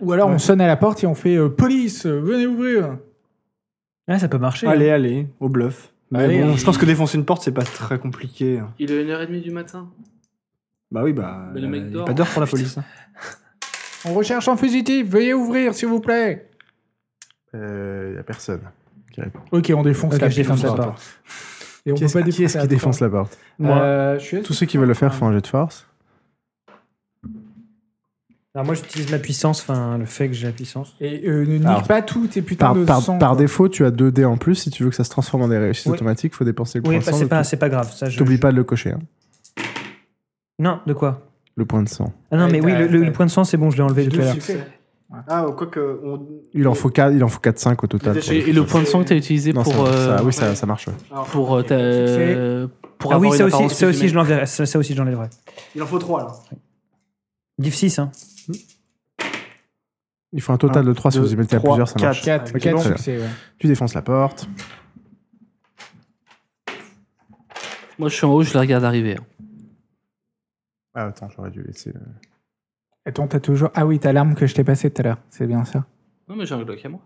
S2: Ou alors on
S5: ouais.
S2: sonne à la porte et on fait euh, Police, euh, venez ouvrir
S3: Ouais, Ah, ça peut marcher.
S5: Allez, allez, au bluff. Mais
S2: Allez.
S5: bon, je pense que défoncer une porte, c'est pas très compliqué. hein.
S4: Il est 1h30 du matin.
S5: Bah oui, bah.
S4: Mais le mec
S5: y a
S4: dort.
S5: Pas d'heure pour la police. hein.
S2: On recherche un fugitif, veuillez ouvrir s'il vous plaît
S1: Euh, Il n'y a personne.
S2: Ok, on défonce
S3: Ok,
S2: la
S3: je défonce la
S2: porte.
S3: porte.
S2: Et on
S1: Qui
S2: peut pas
S1: est-ce qui, est-ce
S2: défoncer
S1: qui défonce la porte
S5: Moi.
S2: Euh, je suis
S1: Tous ceux qui veulent le faire font un jet de force.
S3: Alors moi, j'utilise ma puissance, enfin le fait que j'ai la puissance.
S2: Et euh, ne nique
S1: Alors,
S2: pas tout tes putains
S1: Par,
S2: de
S1: par-
S2: sang.
S1: par
S2: quoi.
S1: défaut, tu as 2 dés en plus. Si tu veux que ça se transforme en des réussites
S3: Oui.
S1: automatiques, il faut dépenser le
S3: Oui,
S1: point
S3: bah,
S1: de sang.
S3: c'est
S1: donc
S3: pas, c'est pas grave. Ça,
S1: tu-
S3: je.
S1: T'oublies pas de le cocher. hein.
S3: Non, de quoi
S1: Le point de sang.
S3: Ah non,
S2: Ouais,
S3: mais oui,
S2: t'as-
S3: le, le-
S2: t'as-
S3: le point de sang, c'est bon, je l'ai enlevé
S2: Deux
S3: tout à l'heure.
S2: succès.
S5: Ah, quoi que. On...
S1: Il en faut 4, il en faut 4 5 au total.
S5: Et-
S1: pour
S4: Et, et le point de sang que tu as utilisé
S1: Non, ça-
S4: pour, euh,
S1: ça- oui, ça, ça marche. ouais.
S4: pour, euh, ta- pour
S3: Ah
S4: avoir
S3: oui,
S4: une
S3: ça aussi,
S4: apparence
S3: ça
S4: plus
S3: aussi, je
S4: humaine.
S3: l'enverrai. Ça, ça aussi, je l'enlèverai.
S5: Il en faut trois là.
S3: Div 6, hein.
S1: Il faut un total de 3 si
S5: deux,
S1: vous y mettez à
S5: trois, Ah,
S1: plusieurs, ça marche.
S2: Quatre,
S1: Ok,
S2: quatre
S1: très bien.
S2: succès, ouais.
S1: Tu défonces la porte.
S4: Moi, je suis en haut, je la regarde arriver. hein.
S1: Ah, attends, j'aurais dû laisser. le-
S2: Attends, t'as toujours. Ah oui, t'as l'arme que je t'ai passée tout à l'heure. C'est bien ça.
S4: Non, mais j'ai un Glock à moi.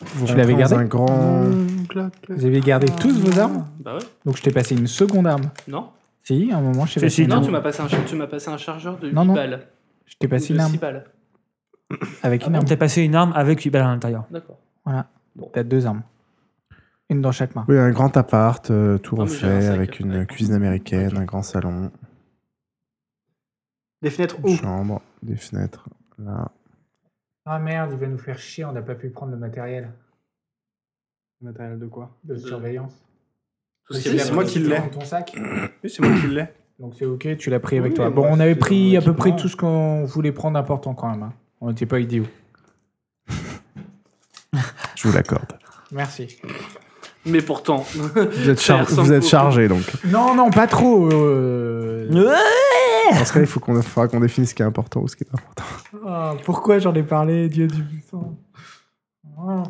S1: Vous
S2: l'avais
S1: rentrez dans
S2: gardé
S1: un grand.
S5: Mmh.
S1: Mmh.
S2: Vous avez gardé tous vos armes
S4: Bah ouais.
S2: Donc je t'ai passé une seconde arme.
S4: Non
S2: Si, à un moment, je t'ai
S3: Si,
S2: passé
S3: si,
S2: une
S4: Non,
S2: arme.
S4: tu m'as passé, un char- tu m'as passé un chargeur de 8
S2: Non, non.
S4: balles.
S2: Je t'ai passé
S4: Ou
S2: une
S4: de
S2: arme
S4: 6 balles.
S2: avec une
S3: On
S2: arme.
S3: t'a passé une arme avec une balle à l'intérieur.
S4: D'accord.
S2: T'as deux armes. Une dans chaque main.
S1: Oui, un grand appart, euh, tout
S4: Non, mais j'ai un
S1: refait,
S4: sac,
S1: avec une
S4: ouais.
S1: cuisine américaine, un grand salon,
S5: Les fenêtres
S1: une
S5: haut.
S1: chambre, des fenêtres. Là.
S2: Ah merde, il va nous faire chier, on n'a pas pu prendre le matériel
S5: Matériel de quoi
S2: de surveillance.
S4: Tout ce
S5: Si,
S4: qu'il y a
S5: c'est
S4: dans
S5: moi
S4: le-
S5: qui l'ai.
S2: Dans ton sac
S5: Oui, c'est moi qui l'ai.
S2: Donc c'est ok, tu l'as pris avec
S5: Oui,
S2: toi.
S5: moi,
S2: Bon, on
S5: c'est
S2: avait
S5: dans
S2: pris à peu près
S5: l'équipement.
S2: tout ce qu'on voulait prendre important quand même. hein. On n'était pas idiots.
S1: Je vous l'accorde.
S2: Merci.
S4: Mais pourtant.
S1: Vous êtes,
S4: Ça
S1: char-
S4: ressemble
S1: vous êtes
S4: beaucoup.
S1: chargé donc.
S2: Non, non, pas trop. euh,
S1: Dans ce cas, il faut qu'on faudra qu'on définisse ce qui est important ou ce qui est pas important.
S2: Ah, pourquoi j'en ai parlé, Dieu du puissant Ah.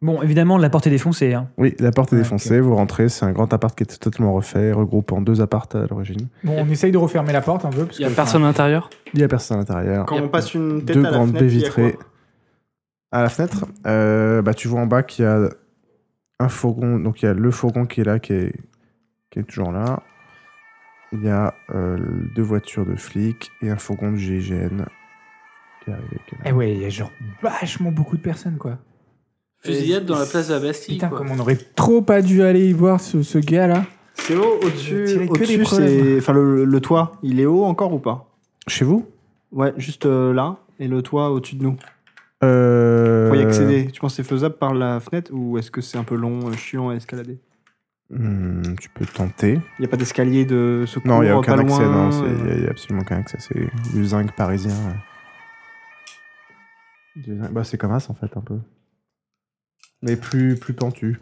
S3: Bon, évidemment, la porte est défoncée. Hein.
S1: Oui, la porte est
S2: Ouais,
S1: défoncée, vous rentrez, c'est un grand appart qui est totalement refait, regroupant deux appartes à l'origine.
S2: Bon, on essaye de refermer la porte un peu. Parce
S4: Il y a
S2: que-
S4: personne à l'intérieur
S1: Il n'y a personne à l'intérieur.
S5: Quand
S4: Y a
S5: on passe une tête
S1: deux
S5: à la
S1: grandes
S5: fenêtre,
S1: baies
S5: il y a quoi
S1: vitrées. À la fenêtre, euh, bah, tu vois en bas qu'il y a un fourgon. Donc il y a le fourgon qui est là, qui est, qui est toujours là. Il y a euh, deux voitures de flics et un fourgon du GIGN qui est arrivé. qui est là.
S2: Eh ouais, il y a genre vachement beaucoup de personnes, quoi.
S4: Fusillade dans la place de la Bastille.
S2: Putain,
S4: quoi.
S2: comme on aurait trop pas dû aller y voir ce, ce gars-là.
S5: C'est haut au-dessus.
S2: Tirez que des
S5: Au-dessus,
S2: problèmes.
S5: c'est. Enfin, le, le toit, il est haut encore ou pas
S1: Chez vous
S5: Ouais, juste euh, là, et le toit au-dessus de nous.
S1: euh...
S5: Pour y accéder, tu penses que c'est faisable par la fenêtre ou est-ce que c'est un peu long, euh, chiant à escalader
S1: Hmm, tu peux tenter.
S5: Il n'y a pas d'escalier de secours euh,
S1: Non, il n'y a
S5: pas
S1: aucun accès,
S5: loin,
S1: non, c'est- il y a-
S5: euh,
S1: il y a, absolument aucun accès, c'est du zinc parisien. ouais. Du zinc- Bah, c'est comme As en fait, un peu. Mais plus, plus pentu,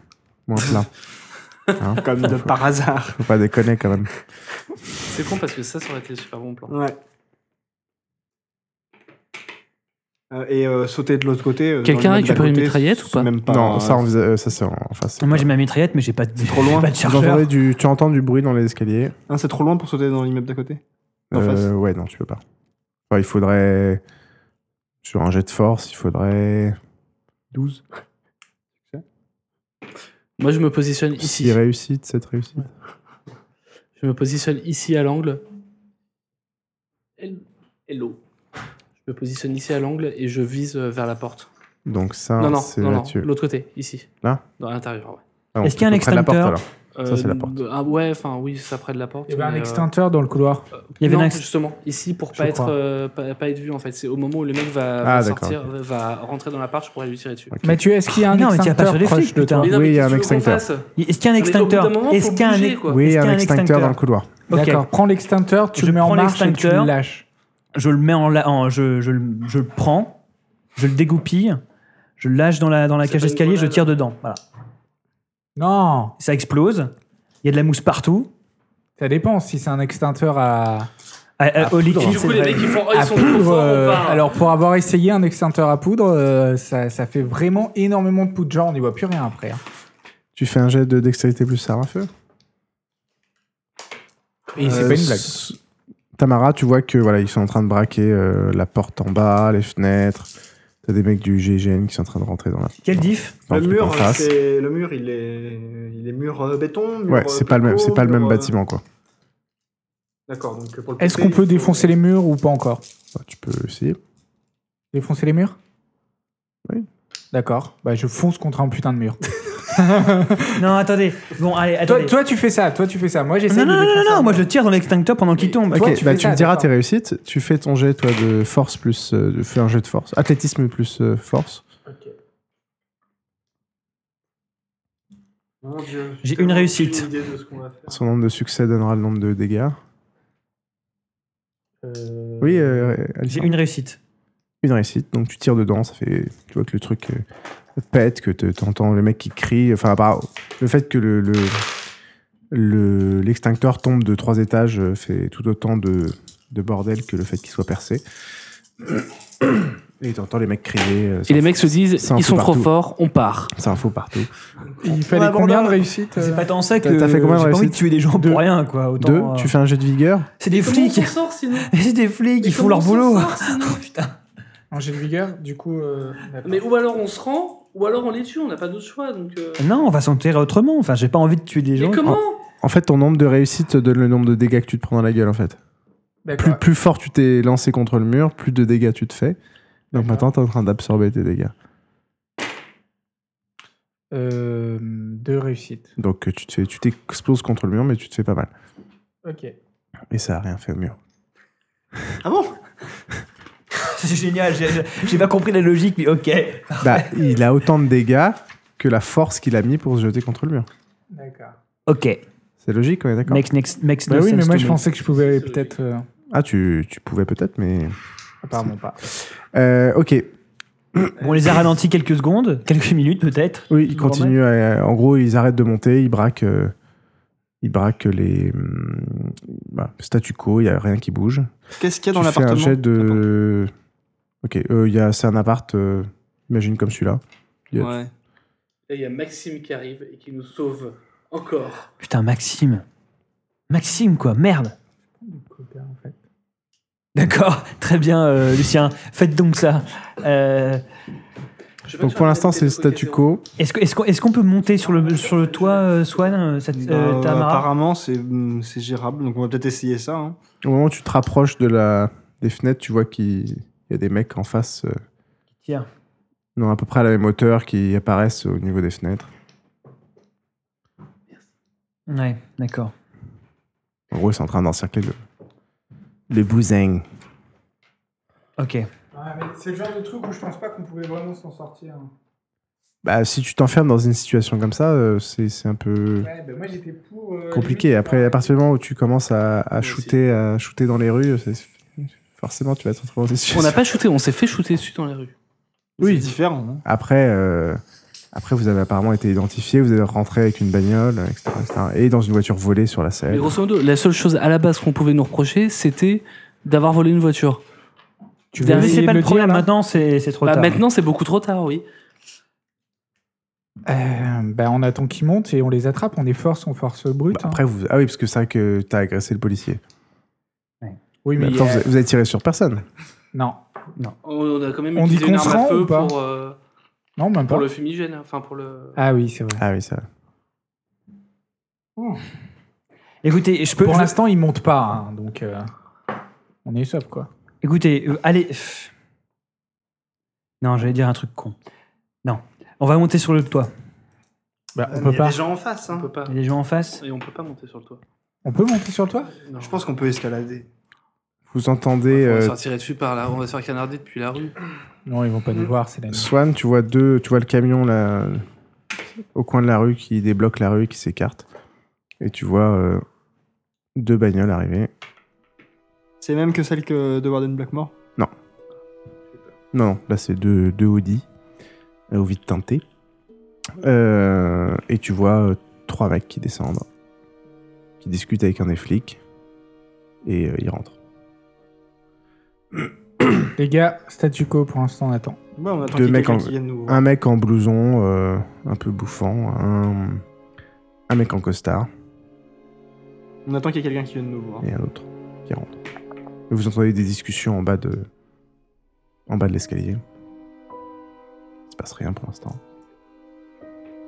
S1: moins plat. Hein,
S5: Comme de
S1: faut-
S5: par hasard.
S1: Faut pas déconner quand même.
S4: C'est con parce que ça, ça aurait été un super bon plan.
S5: Ouais. Euh, et euh, sauter de l'autre côté. euh,
S4: Quelqu'un
S5: dans le meuble d'à
S4: récupère une
S5: côté,
S4: mitraillette
S5: c'est
S4: ou pas
S5: même
S1: non,
S5: euh,
S1: ça, on, visa- euh, ça c'est en enfin, c'est
S3: Moi,
S1: pas-
S3: j'ai ma mitraillette, mais j'ai pas de,
S5: C'est trop
S3: j'ai
S5: loin.
S3: pas de
S1: Vous
S3: chargeur.
S1: entendez du... Tu entends du bruit dans les escaliers
S5: hein, c'est trop loin pour sauter dans l'immeuble d'à côté. En face.
S1: Euh, Ouais, non, tu peux pas. Enfin, il faudrait. Sur un jet de force, il faudrait.
S5: 12.
S4: Moi, je me positionne ici.
S1: Six réussites, 7 réussites.
S4: Je me positionne ici à l'angle. Hello. Je me positionne ici à l'angle et je vise euh, vers la porte.
S1: Donc ça,
S4: non, non,
S1: c'est
S4: non, non,
S1: là-dessus.
S4: l'autre côté, ici.
S1: Là
S4: Dans l'intérieur, ouais.
S1: Ah, on
S3: Est-ce qu'il y a
S1: peut
S3: un
S1: près de la porte,
S3: extincteur
S1: alors. Ça, c'est la porte.
S4: euh, ah, ouais, enfin, oui, ça près de la porte.
S2: Il y avait un
S4: mais, euh,
S2: extincteur dans le couloir.
S3: Il y avait
S4: non,
S3: un ex-
S4: justement, ici, pour
S2: Je
S4: pas être,
S2: crois.
S4: euh, pas, pas être vu, en fait. C'est au moment où le mec va,
S1: Ah,
S4: va
S1: d'accord,
S4: sortir, va rentrer dans l'appart, je pourrais lui tirer dessus.
S1: Ok.
S2: Mathieu, est-ce qu'il y a un
S3: Non, mais t'y as pas
S2: extincteur
S3: sur les
S2: proche
S3: flics,
S2: de toi
S1: putain. Oui, il y a
S4: qu'est-ce
S1: un
S4: que tu veux qu'on
S1: extincteur.
S4: fasse
S3: Est-ce qu'il y a un
S4: Mais au bout d'un
S3: extincteur
S4: moment, faut
S3: Est-ce qu'il y a un
S4: bouger,
S3: ex-
S4: quoi.
S1: Oui,
S3: Est-ce
S1: un
S3: qu'il y a un
S1: extincteur dans le couloir.
S3: Ok.
S2: D'accord, prends l'extincteur, tu
S3: Je
S2: le mets en
S3: prends
S2: marche et tu le
S3: l'extincteur.
S2: lâches.
S3: Je le mets en, la... en- je, je le- je le prends, je le dégoupille, je le lâche dans la, dans la
S4: C'est
S3: cage
S4: pas une
S3: d'escalier, je
S4: grenade.
S3: tire dedans. Voilà.
S2: Non,
S3: Ça explose. Il y a de la mousse partout.
S2: ça dépend si c'est un extincteur à.
S3: Ah, ah, au liquide,
S4: Et du
S3: c'est
S4: coup, les
S3: vrai.
S4: mecs, ils font, oh,
S2: à
S3: Ah,
S4: ils sont trop
S2: poudre,
S4: forts, on
S2: euh,
S4: part.
S2: alors pour avoir essayé un extincteur à poudre, euh, ça, ça fait vraiment énormément de poudre. Genre on n'y voit plus rien après. hein.
S1: Tu fais un jet de dextérité plus arme à feu
S2: Et c'est
S1: Euh,
S2: pas une blague.
S1: s- Tamara, tu vois que voilà, ils sont en train de braquer euh, la porte en bas, les fenêtres. T'as des mecs du GIGN qui sont en train de rentrer dans la.
S3: Quel diff
S1: dans
S5: Le
S1: truc en
S5: mur, hein,
S1: face.
S5: c'est le mur, il est, il est mur euh, béton. mur,
S1: Ouais,
S5: euh,
S1: c'est pas le même,
S5: placo,
S1: c'est pas le même
S5: mur, euh,
S1: bâtiment quoi.
S5: D'accord. Donc pour le
S2: Est-ce
S5: côté,
S2: qu'on peut
S5: il faut-
S2: défoncer les murs ou pas encore
S1: Bah, tu peux essayer.
S2: Défoncer les murs
S1: Oui.
S2: D'accord. Bah je fonce contre un putain de mur.
S3: Non, attendez. Bon, allez,
S2: toi,
S3: attendez.
S2: toi tu fais ça, toi tu fais ça. Moi j'essaie de
S3: non, non, non,
S2: défoncer
S3: non,
S2: un
S3: non,
S2: mur.
S3: moi je tire dans l'extincteur pendant qu'il tombe.
S1: Ok,
S2: Toi, tu
S1: bah,
S2: fais
S1: tu
S2: ça,
S1: me diras
S2: d'accord.
S1: tes réussites. Tu fais ton jet toi de force plus, euh, de- fais un jet de force, athlétisme plus euh, force.
S5: Mon Dieu,
S3: J'ai
S5: tellement
S3: une réussite.
S5: aucune idée de ce qu'on va faire.
S1: Son nombre de succès donnera le nombre de dégâts. Oui, euh, Alicia.
S3: J'ai une réussite.
S1: une réussite. Donc tu tires dedans, ça fait. Tu vois que le truc euh, pète, que te- t'entends le mec qui crie. Enfin, à part le fait que le le- le- l'extincteur tombe de trois étages euh, fait tout autant de, de bordel que le fait qu'il soit percé. Et t'entends les mecs crier. euh,
S4: Et
S1: c'est
S4: les
S1: un
S4: mecs
S1: fou-
S4: se disent,
S1: c'est un
S4: ils
S1: fou
S4: sont trop
S1: partout.
S4: forts, on part.
S1: C'est un faux partout.
S2: Il fallait
S5: abandonne.
S2: combien de réussite euh,
S3: C'est pas tant ça que.
S1: t'as- t'as fait combien de
S3: J'ai pas envie de
S1: réussites
S3: tuer des gens
S1: Deux.
S3: pour rien, quoi. Autant,
S1: Deux,
S3: euh,
S1: tu fais un jet de vigueur.
S3: C'est des
S4: Comment on
S3: flics.
S4: s'en sort, sinon
S3: C'est des flics,
S4: Mais
S3: ils font leur
S4: comment on
S3: boulot.
S4: s'en sort, sinon
S3: Putain.
S2: En jet de vigueur, du coup. euh, d'accord.
S4: Mais ou alors on se rend, ou alors on les tue, on n'a pas d'autre choix. Donc, euh,
S3: Non, on va s'en tirer autrement. Enfin, j'ai pas envie de tuer des gens.
S4: Mais comment
S1: En fait, ton nombre de réussites te donne le nombre de dégâts que tu te prends dans la gueule, en fait.
S2: D'accord.
S1: Plus, plus fort tu t'es lancé contre le mur, plus de dégâts tu te fais. Donc
S2: D'accord.
S1: maintenant, t'es en train d'absorber tes dégâts.
S2: Euh, deux réussites.
S1: Donc euh, tu te fais- tu t'exploses contre le mur, mais tu te fais pas mal.
S2: Ok.
S1: Et ça a rien fait au mur.
S5: Ah bon
S3: C'est génial. j'ai- J'ai pas compris la logique, mais ok.
S1: Bah, il a autant de dégâts que la force qu'il a mis pour se jeter contre le mur.
S2: D'accord.
S3: Ok.
S1: C'est logique, on est d'accord
S3: Makes, next, makes
S2: Bah
S3: no
S2: oui, mais
S3: sense
S2: moi
S3: to
S2: je
S3: me.
S2: pensais que je pouvais
S4: C'est
S2: peut-être. euh,
S1: Ah, tu, tu pouvais peut-être, mais.
S2: Apparemment pas.
S1: Euh, ok.
S3: Bon, on les a ralentis quelques secondes, quelques minutes peut-être.
S1: Oui, ils
S3: Grand-mère.
S1: continuent. à- en gros, ils arrêtent de monter, ils braquent, euh, ils braquent les. hum, bah, statu quo, il n'y a rien qui bouge.
S5: Qu'est-ce qu'il y a dans
S1: tu fais un
S5: l'appartement
S1: jet de. Ok, euh, il y a- c'est un appart, euh, imagine comme celui-là. Il y a-
S5: Ouais.
S4: Là, il y a Maxime qui arrive et qui nous sauve encore.
S3: Putain, Maxime. Maxime, quoi. Merde. D'accord. Très bien, euh, Lucien. Faites donc ça. Euh,
S4: Je sais pas si
S1: Donc
S4: on
S1: pour
S4: a
S1: l'instant,
S4: arrêté
S1: c'est
S4: de
S1: le statu
S4: côté,
S1: quo.
S3: Est-ce que- est-ce qu'on est-ce qu'on peut monter sur le, sur le toit, euh, Swan, euh, ça- euh,
S5: Bah,
S3: Tamara
S5: apparemment, c'est hum, c'est gérable, donc on va peut-être essayer ça. hein.
S1: Au moment où tu te rapproches de la... des fenêtres, tu vois qu'il il y a des mecs en face. euh,
S3: Tiens.
S1: Non, à peu près à la même hauteur qui apparaissent au niveau des fenêtres.
S3: Ouais, d'accord.
S1: En gros, ils sont en train d'encercler le, le bousing.
S3: Ok.
S2: c'est le genre de truc où je pense pas qu'on pouvait vraiment s'en sortir. hein.
S1: Bah, si tu t'enfermes dans une situation comme ça, euh, c'est c'est un peu
S2: Ouais, bah moi j'étais pour. euh,
S1: compliqué.
S2: limite,
S1: Après, à
S2: par-
S1: partir du moment où tu commences à, à
S4: Ouais,
S1: shooter, à shooter dans les rues, c'est- forcément, tu vas te retrouver dans des
S4: On
S1: situations.
S4: n'a pas shooté, on s'est fait shooter dessus dans la rue.
S1: Oui.
S5: Oui. C'est différent. hein.
S1: Après, euh, après, vous avez apparemment été identifié, vous êtes rentré avec une bagnole, euh, etc., etc., et dans une voiture volée sur la
S4: Mais
S1: scène.
S4: grosso modo, la seule chose à la base qu'on pouvait nous reprocher, c'était d'avoir volé une voiture.
S3: Tu
S4: veux
S3: veux
S4: essayer
S3: c'est
S4: de
S3: pas
S4: me
S3: le
S4: dire,
S3: problème.
S4: là
S3: maintenant, c'est c'est trop
S4: Bah,
S3: tard.
S4: maintenant, c'est beaucoup trop tard, oui.
S2: Euh, bah on attend qu'ils montent et on les attrape, on les force, on force brute. hein.
S1: Bah, après, vous... Ah oui, parce que c'est vrai que t'as agressé le policier.
S2: oui,
S1: Mais attends,
S2: mais. euh,
S1: vous, avez, vous avez tiré sur personne.
S2: Non,
S4: On a quand même
S2: On dit
S4: utilisé une arme à
S2: consent
S4: feu
S2: ou pas
S4: pour, euh,
S2: non, même pas.
S4: pour le fumigène, enfin pour le.
S2: Ah oui, c'est vrai.
S1: Ah oui, c'est vrai.
S3: Écoutez, je peux.
S2: Pour
S3: je-
S2: l'instant, ils montent pas, hein, donc euh, on est sauf quoi.
S3: Écoutez, euh, allez. pff. Non, j'allais dire un truc con. Non. On va monter sur le toit.
S2: Bah, on
S5: Mais
S2: peut
S5: il y a
S2: pas.
S5: des gens en face.
S4: On
S5: hein.
S4: peut pas.
S3: Il y a des gens en face.
S4: Et on peut pas monter sur le toit.
S2: On peut monter sur le toit
S4: Non.
S5: Je pense qu'on peut escalader.
S1: Vous entendez
S4: On va
S1: euh,
S4: se faire tirer dessus par là. On va se faire canarder depuis la rue.
S2: Non, ils vont
S5: Mm.
S2: pas nous voir, c'est la nuit.
S1: Swan, tu vois deux, tu vois le camion là, au coin de la rue qui débloque la rue, qui s'écarte, et tu vois euh, deux bagnoles arriver.
S5: C'est même que celle que euh, de Warden Blackmore.
S1: Non, non, là c'est deux, deux Audi euh, au vide teinté, Euh, et tu vois euh, trois mecs qui descendent, qui discutent avec un des flics, et euh, ils rentrent.
S2: Les gars, statu quo pour l'instant, on attend.
S5: Ouais, on attend
S1: Deux
S5: qu'il y ait
S1: mecs
S5: quelqu'un
S1: en-
S5: qui vienne nous.
S1: Un mec en blouson, euh, un peu bouffant, un, un mec en costard.
S5: On attend qu'il y ait quelqu'un qui vienne nous voir.
S1: et un autre qui rentre. Et vous entendez des discussions en bas de, en bas de l'escalier. Il se passe rien pour l'instant.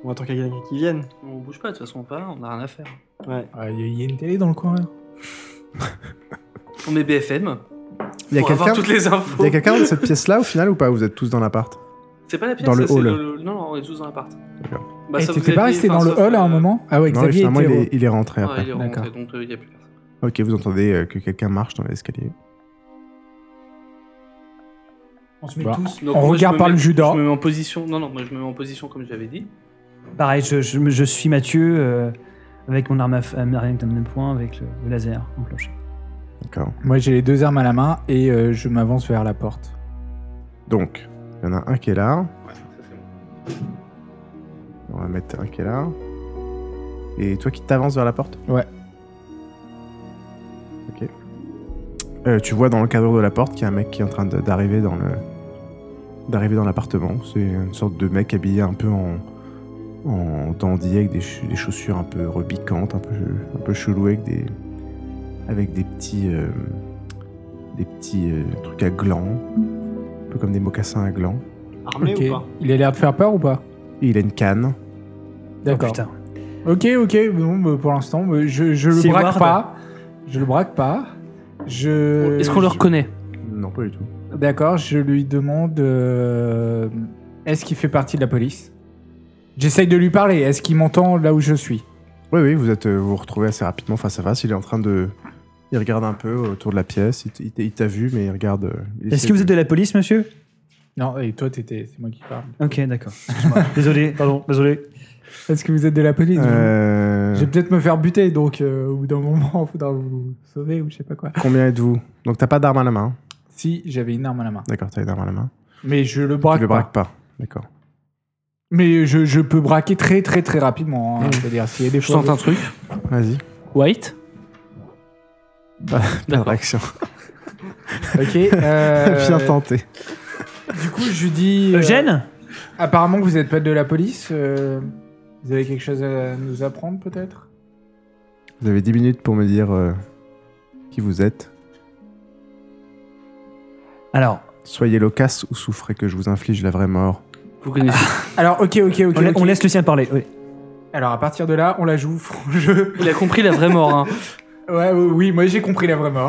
S5: On attend qu'il y ait quelqu'un qui vienne.
S4: On bouge pas de toute façon. On part. On a rien à faire.
S5: Ouais.
S2: Ah, Il y, a une télé dans le coin.
S4: On est BFM.
S1: Il y a
S4: pour avoir
S1: quelqu'un
S4: toutes les infos.
S1: il y a quelqu'un dans cette pièce-là au final ou pas Vous êtes tous dans l'appart
S4: C'est pas la pièce.
S1: Dans le
S4: ça, c'est
S1: hall.
S4: Non, non, on est tous dans l'appart.
S1: D'accord.
S4: Bah,
S2: Et
S4: sauf
S2: Eh, t'étais
S4: Xavier,
S2: pas resté
S4: enfin,
S2: dans le
S4: sauf,
S2: hall à
S4: euh,
S2: un moment Ah ouais,
S1: Non,
S2: Xavier
S1: finalement,
S2: était
S1: il
S2: au-
S1: est, il est rentré
S4: ouais,
S1: après.
S4: il est rentré,
S2: D'accord.
S4: donc euh, il y a plus personne.
S1: Ok, vous entendez euh, que quelqu'un marche dans l'escalier.
S3: On se met
S2: Bah.
S3: tous.
S4: Donc,
S2: On
S4: moi, je
S2: regarde
S4: me
S2: par le
S4: mets-
S2: Judas.
S4: Je me mets en position. Non, non, moi je me mets en position comme j'avais dit.
S3: Pareil, je, je, me- je suis Mathieu euh, avec mon arme à feu, avec un point, avec le, le laser enclenché. Oh,
S1: D'accord.
S2: Moi, j'ai les deux armes à la main et euh, je m'avance vers la porte.
S1: Donc, il y en a un qui est là.
S4: Ouais, ça c'est bon.
S1: On va mettre un qui est là. Et toi qui t'avances vers la porte
S2: Ouais.
S1: Ok. Euh, tu vois dans le cadre de la porte qu'il y a un mec qui est en train de- d'arriver dans le d'arriver dans l'appartement. C'est une sorte de mec habillé un peu en en dandy avec des, cha- des chaussures un peu rebiquantes, un peu un peu chelou avec des avec des petits euh, des petits euh, trucs à glands, un peu comme des mocassins à glands.
S5: Armé
S2: Ok.
S5: ou pas
S2: Il a l'air de faire peur ou pas
S1: Et il a une canne.
S3: Oh,
S2: D'accord.
S3: putain.
S2: ok, ok. Bon, bah, pour l'instant, bah, je, je le
S3: C'est
S2: braque
S3: Ward.
S2: pas. Je le braque pas. Je.
S4: Est-ce qu'on le
S2: Euh, je-
S4: reconnaît
S1: Non, pas du tout.
S2: D'accord, je lui demande euh, est-ce qu'il fait partie de la police J'essaye de lui parler. Est-ce qu'il m'entend là où je suis
S1: Oui, oui, vous êtes, euh, vous, vous retrouvez assez rapidement face à face. Il est en train de. Il regarde un peu autour de la pièce. Il t- il t- il t'a vu, mais il regarde. euh, il
S3: Est-ce
S1: essaie
S3: que vous
S1: de-
S3: êtes de la police, monsieur
S2: Non, et toi, t'étais, c'est moi qui parle.
S3: Ok, d'accord. Excuse-moi. désolé, pardon, désolé.
S2: Est-ce que vous êtes de la police vous
S1: Euh,
S2: Je vais peut-être me faire buter, donc euh, au bout d'un moment, il faudra vous sauver ou je sais pas quoi.
S1: Combien êtes-vous Donc, t'as pas d'arme à la main. hein
S2: Si, j'avais une arme à la main.
S1: D'accord, t'as une arme à la main.
S2: Mais je le
S1: Tu
S2: braque.
S1: le
S2: pas.
S1: braques pas. D'accord.
S2: Mais je, je peux braquer très très très rapidement.
S1: Mmh.
S2: hein. C'est-à-dire, s'il y a des
S4: Je tente un truc.
S1: Vas-y.
S4: White.
S1: Pas de
S4: D'accord.
S1: réaction.
S2: Ok. euh,
S1: Bien tenté.
S2: Du coup, je lui dis. euh,
S3: Eugène
S2: apparemment, vous n'êtes pas de la police. euh, vous avez quelque chose à nous apprendre, peut-être
S1: Vous avez 10 minutes pour me dire euh, qui vous êtes.
S3: Alors,
S1: Soyez loquace ou souffrez que je vous inflige la vraie mort.
S4: Vous connaissez.
S2: Alors, ok, ok, ok.
S3: on, la-
S2: ok.
S3: on laisse Lucien parler. oui.
S2: Alors, à partir de là, on la joue franc jeu.
S4: Il a compris la vraie mort. Hein.
S2: Ouais, oui, oui, moi j'ai compris là vraiment.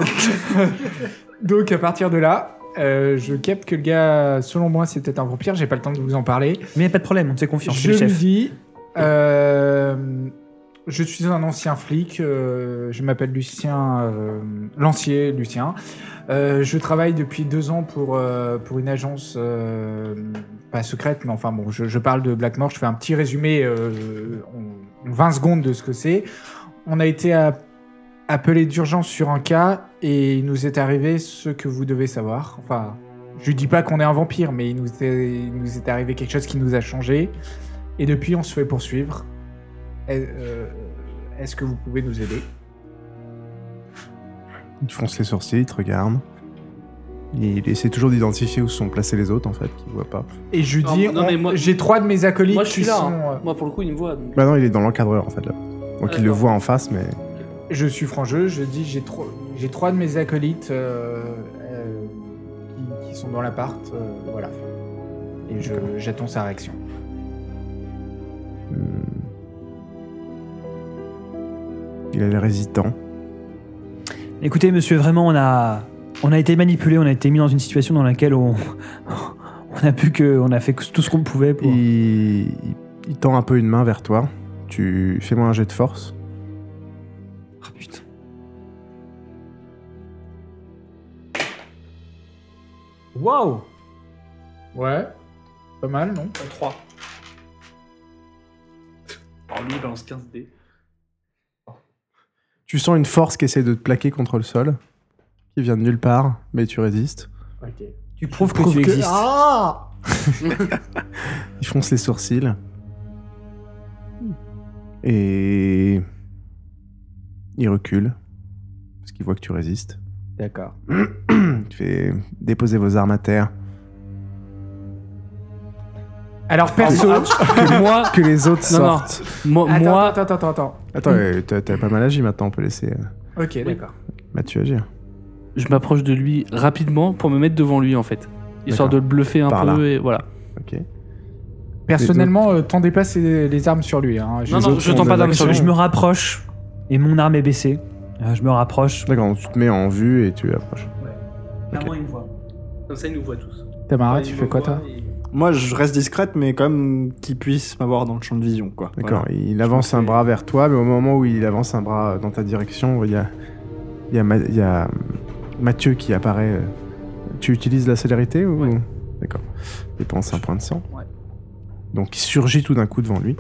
S2: Donc à partir de là, euh, je capte que le gars, selon moi, c'est peut-être un vampire, j'ai pas le temps de vous en parler.
S3: Mais y a pas de problème, on te fait confiance, c'est le
S2: Je lui
S3: chef.
S2: dis, euh, je suis un ancien flic, euh, je m'appelle Lucien euh, Lancier Lucien. Euh, je travaille depuis deux ans pour, euh, pour une agence, euh, pas secrète, mais enfin bon, je, je parle de Blackmore, je fais un petit résumé euh, en 20 secondes de ce que c'est. On a été a- appelé d'urgence sur un cas et il nous est arrivé ce que vous devez savoir. Enfin, je dis pas qu'on est un vampire, mais il nous est, il nous est arrivé quelque chose qui nous a changé. Et depuis, on se fait poursuivre. Est- euh, Est-ce que vous pouvez nous aider
S1: Il fronce les sourcils, il te regarde. Il essaie toujours d'identifier où sont placés les autres, en fait, qu'il voit pas.
S2: Et je
S4: Non,
S2: dis,
S4: non,
S2: on-
S4: mais moi-
S2: j'ai trois de mes acolytes
S4: Moi, je suis
S2: qui
S4: là,
S2: sont.
S4: hein.
S2: euh,
S4: Moi, pour le coup, il me voit. donc-
S1: Bah non, il est dans l'encadreur, en fait, là. Donc
S4: Ah,
S1: il le
S4: d'accord.
S1: voit en face, mais
S2: Je suis franc jeu, je dis j'ai trois, j'ai trois de mes acolytes euh, euh, qui, qui sont dans l'appart, euh, voilà. Et je, j'attends sa réaction.
S1: Hmm. Il a l'air hésitant.
S3: Écoutez, monsieur, vraiment, on a, on a été manipulé, on a été mis dans une situation dans laquelle on, on a pu que, on a fait tout ce qu'on pouvait pour.
S1: Il... il- il tend un peu une main vers toi. Tu fais-moi un jet de force.
S3: Ah, putain. Waouh
S2: Ouais, pas mal, non
S4: 3. Oh, lui, il balance 15 dés.
S1: Tu sens une force qui essaie de te plaquer contre le sol, qui vient de nulle part, mais tu résistes.
S2: Ok.
S3: Tu prouves que
S1: prouve
S3: tu
S1: que-
S3: existes.
S2: Ah
S1: Il fronce les sourcils. Et. Il recule. Parce qu'il voit que tu résistes.
S2: D'accord.
S1: Tu fais déposer vos armes à terre.
S2: Alors perso,
S4: Ah, Que moi,
S1: Que les autres
S4: Non, Mm. non.
S1: sortent.
S4: moi,
S2: attends,
S4: moi,
S2: attends, attends, attends, attends.
S1: Attends, euh, t'as t'as pas mal agi maintenant, on peut laisser euh,
S2: Ok, d'accord.
S1: Mathieu agir.
S4: je m'approche de lui rapidement pour me mettre devant lui, en fait. Histoire de
S1: D'accord.
S4: le bluffer un
S1: Par
S4: peu,
S1: là.
S4: et voilà.
S1: Ok.
S2: Personnellement, euh, tendez pas ces- les armes sur lui. Hein.
S4: Non,
S1: Les
S4: non,
S1: autres
S4: je
S1: font
S4: tends
S1: des
S4: pas d'armes
S1: actions.
S4: sur lui.
S3: Je me rapproche et mon arme est baissée. Euh, Je me rapproche.
S1: D'accord, donc tu te mets en vue et tu approches.
S3: Clairement, il me voit.
S4: Comme ça, il nous voit tous.
S2: Tamara, Ah, tu fais quoi toi
S5: Moi, je reste discrète, mais quand même qu'il puisse m'avoir dans le champ de vision, quoi.
S1: D'accord,
S5: Voilà.
S1: il avance un
S5: que-
S1: bras vers toi, mais au moment où il avance un bras dans ta direction, il y a, il y a Ma- il y a Mathieu qui apparaît. Tu utilises la célérité ou...
S4: Ouais.
S1: D'accord. Dépense un point de sang.
S4: Ouais.
S1: Donc il surgit tout d'un coup devant lui.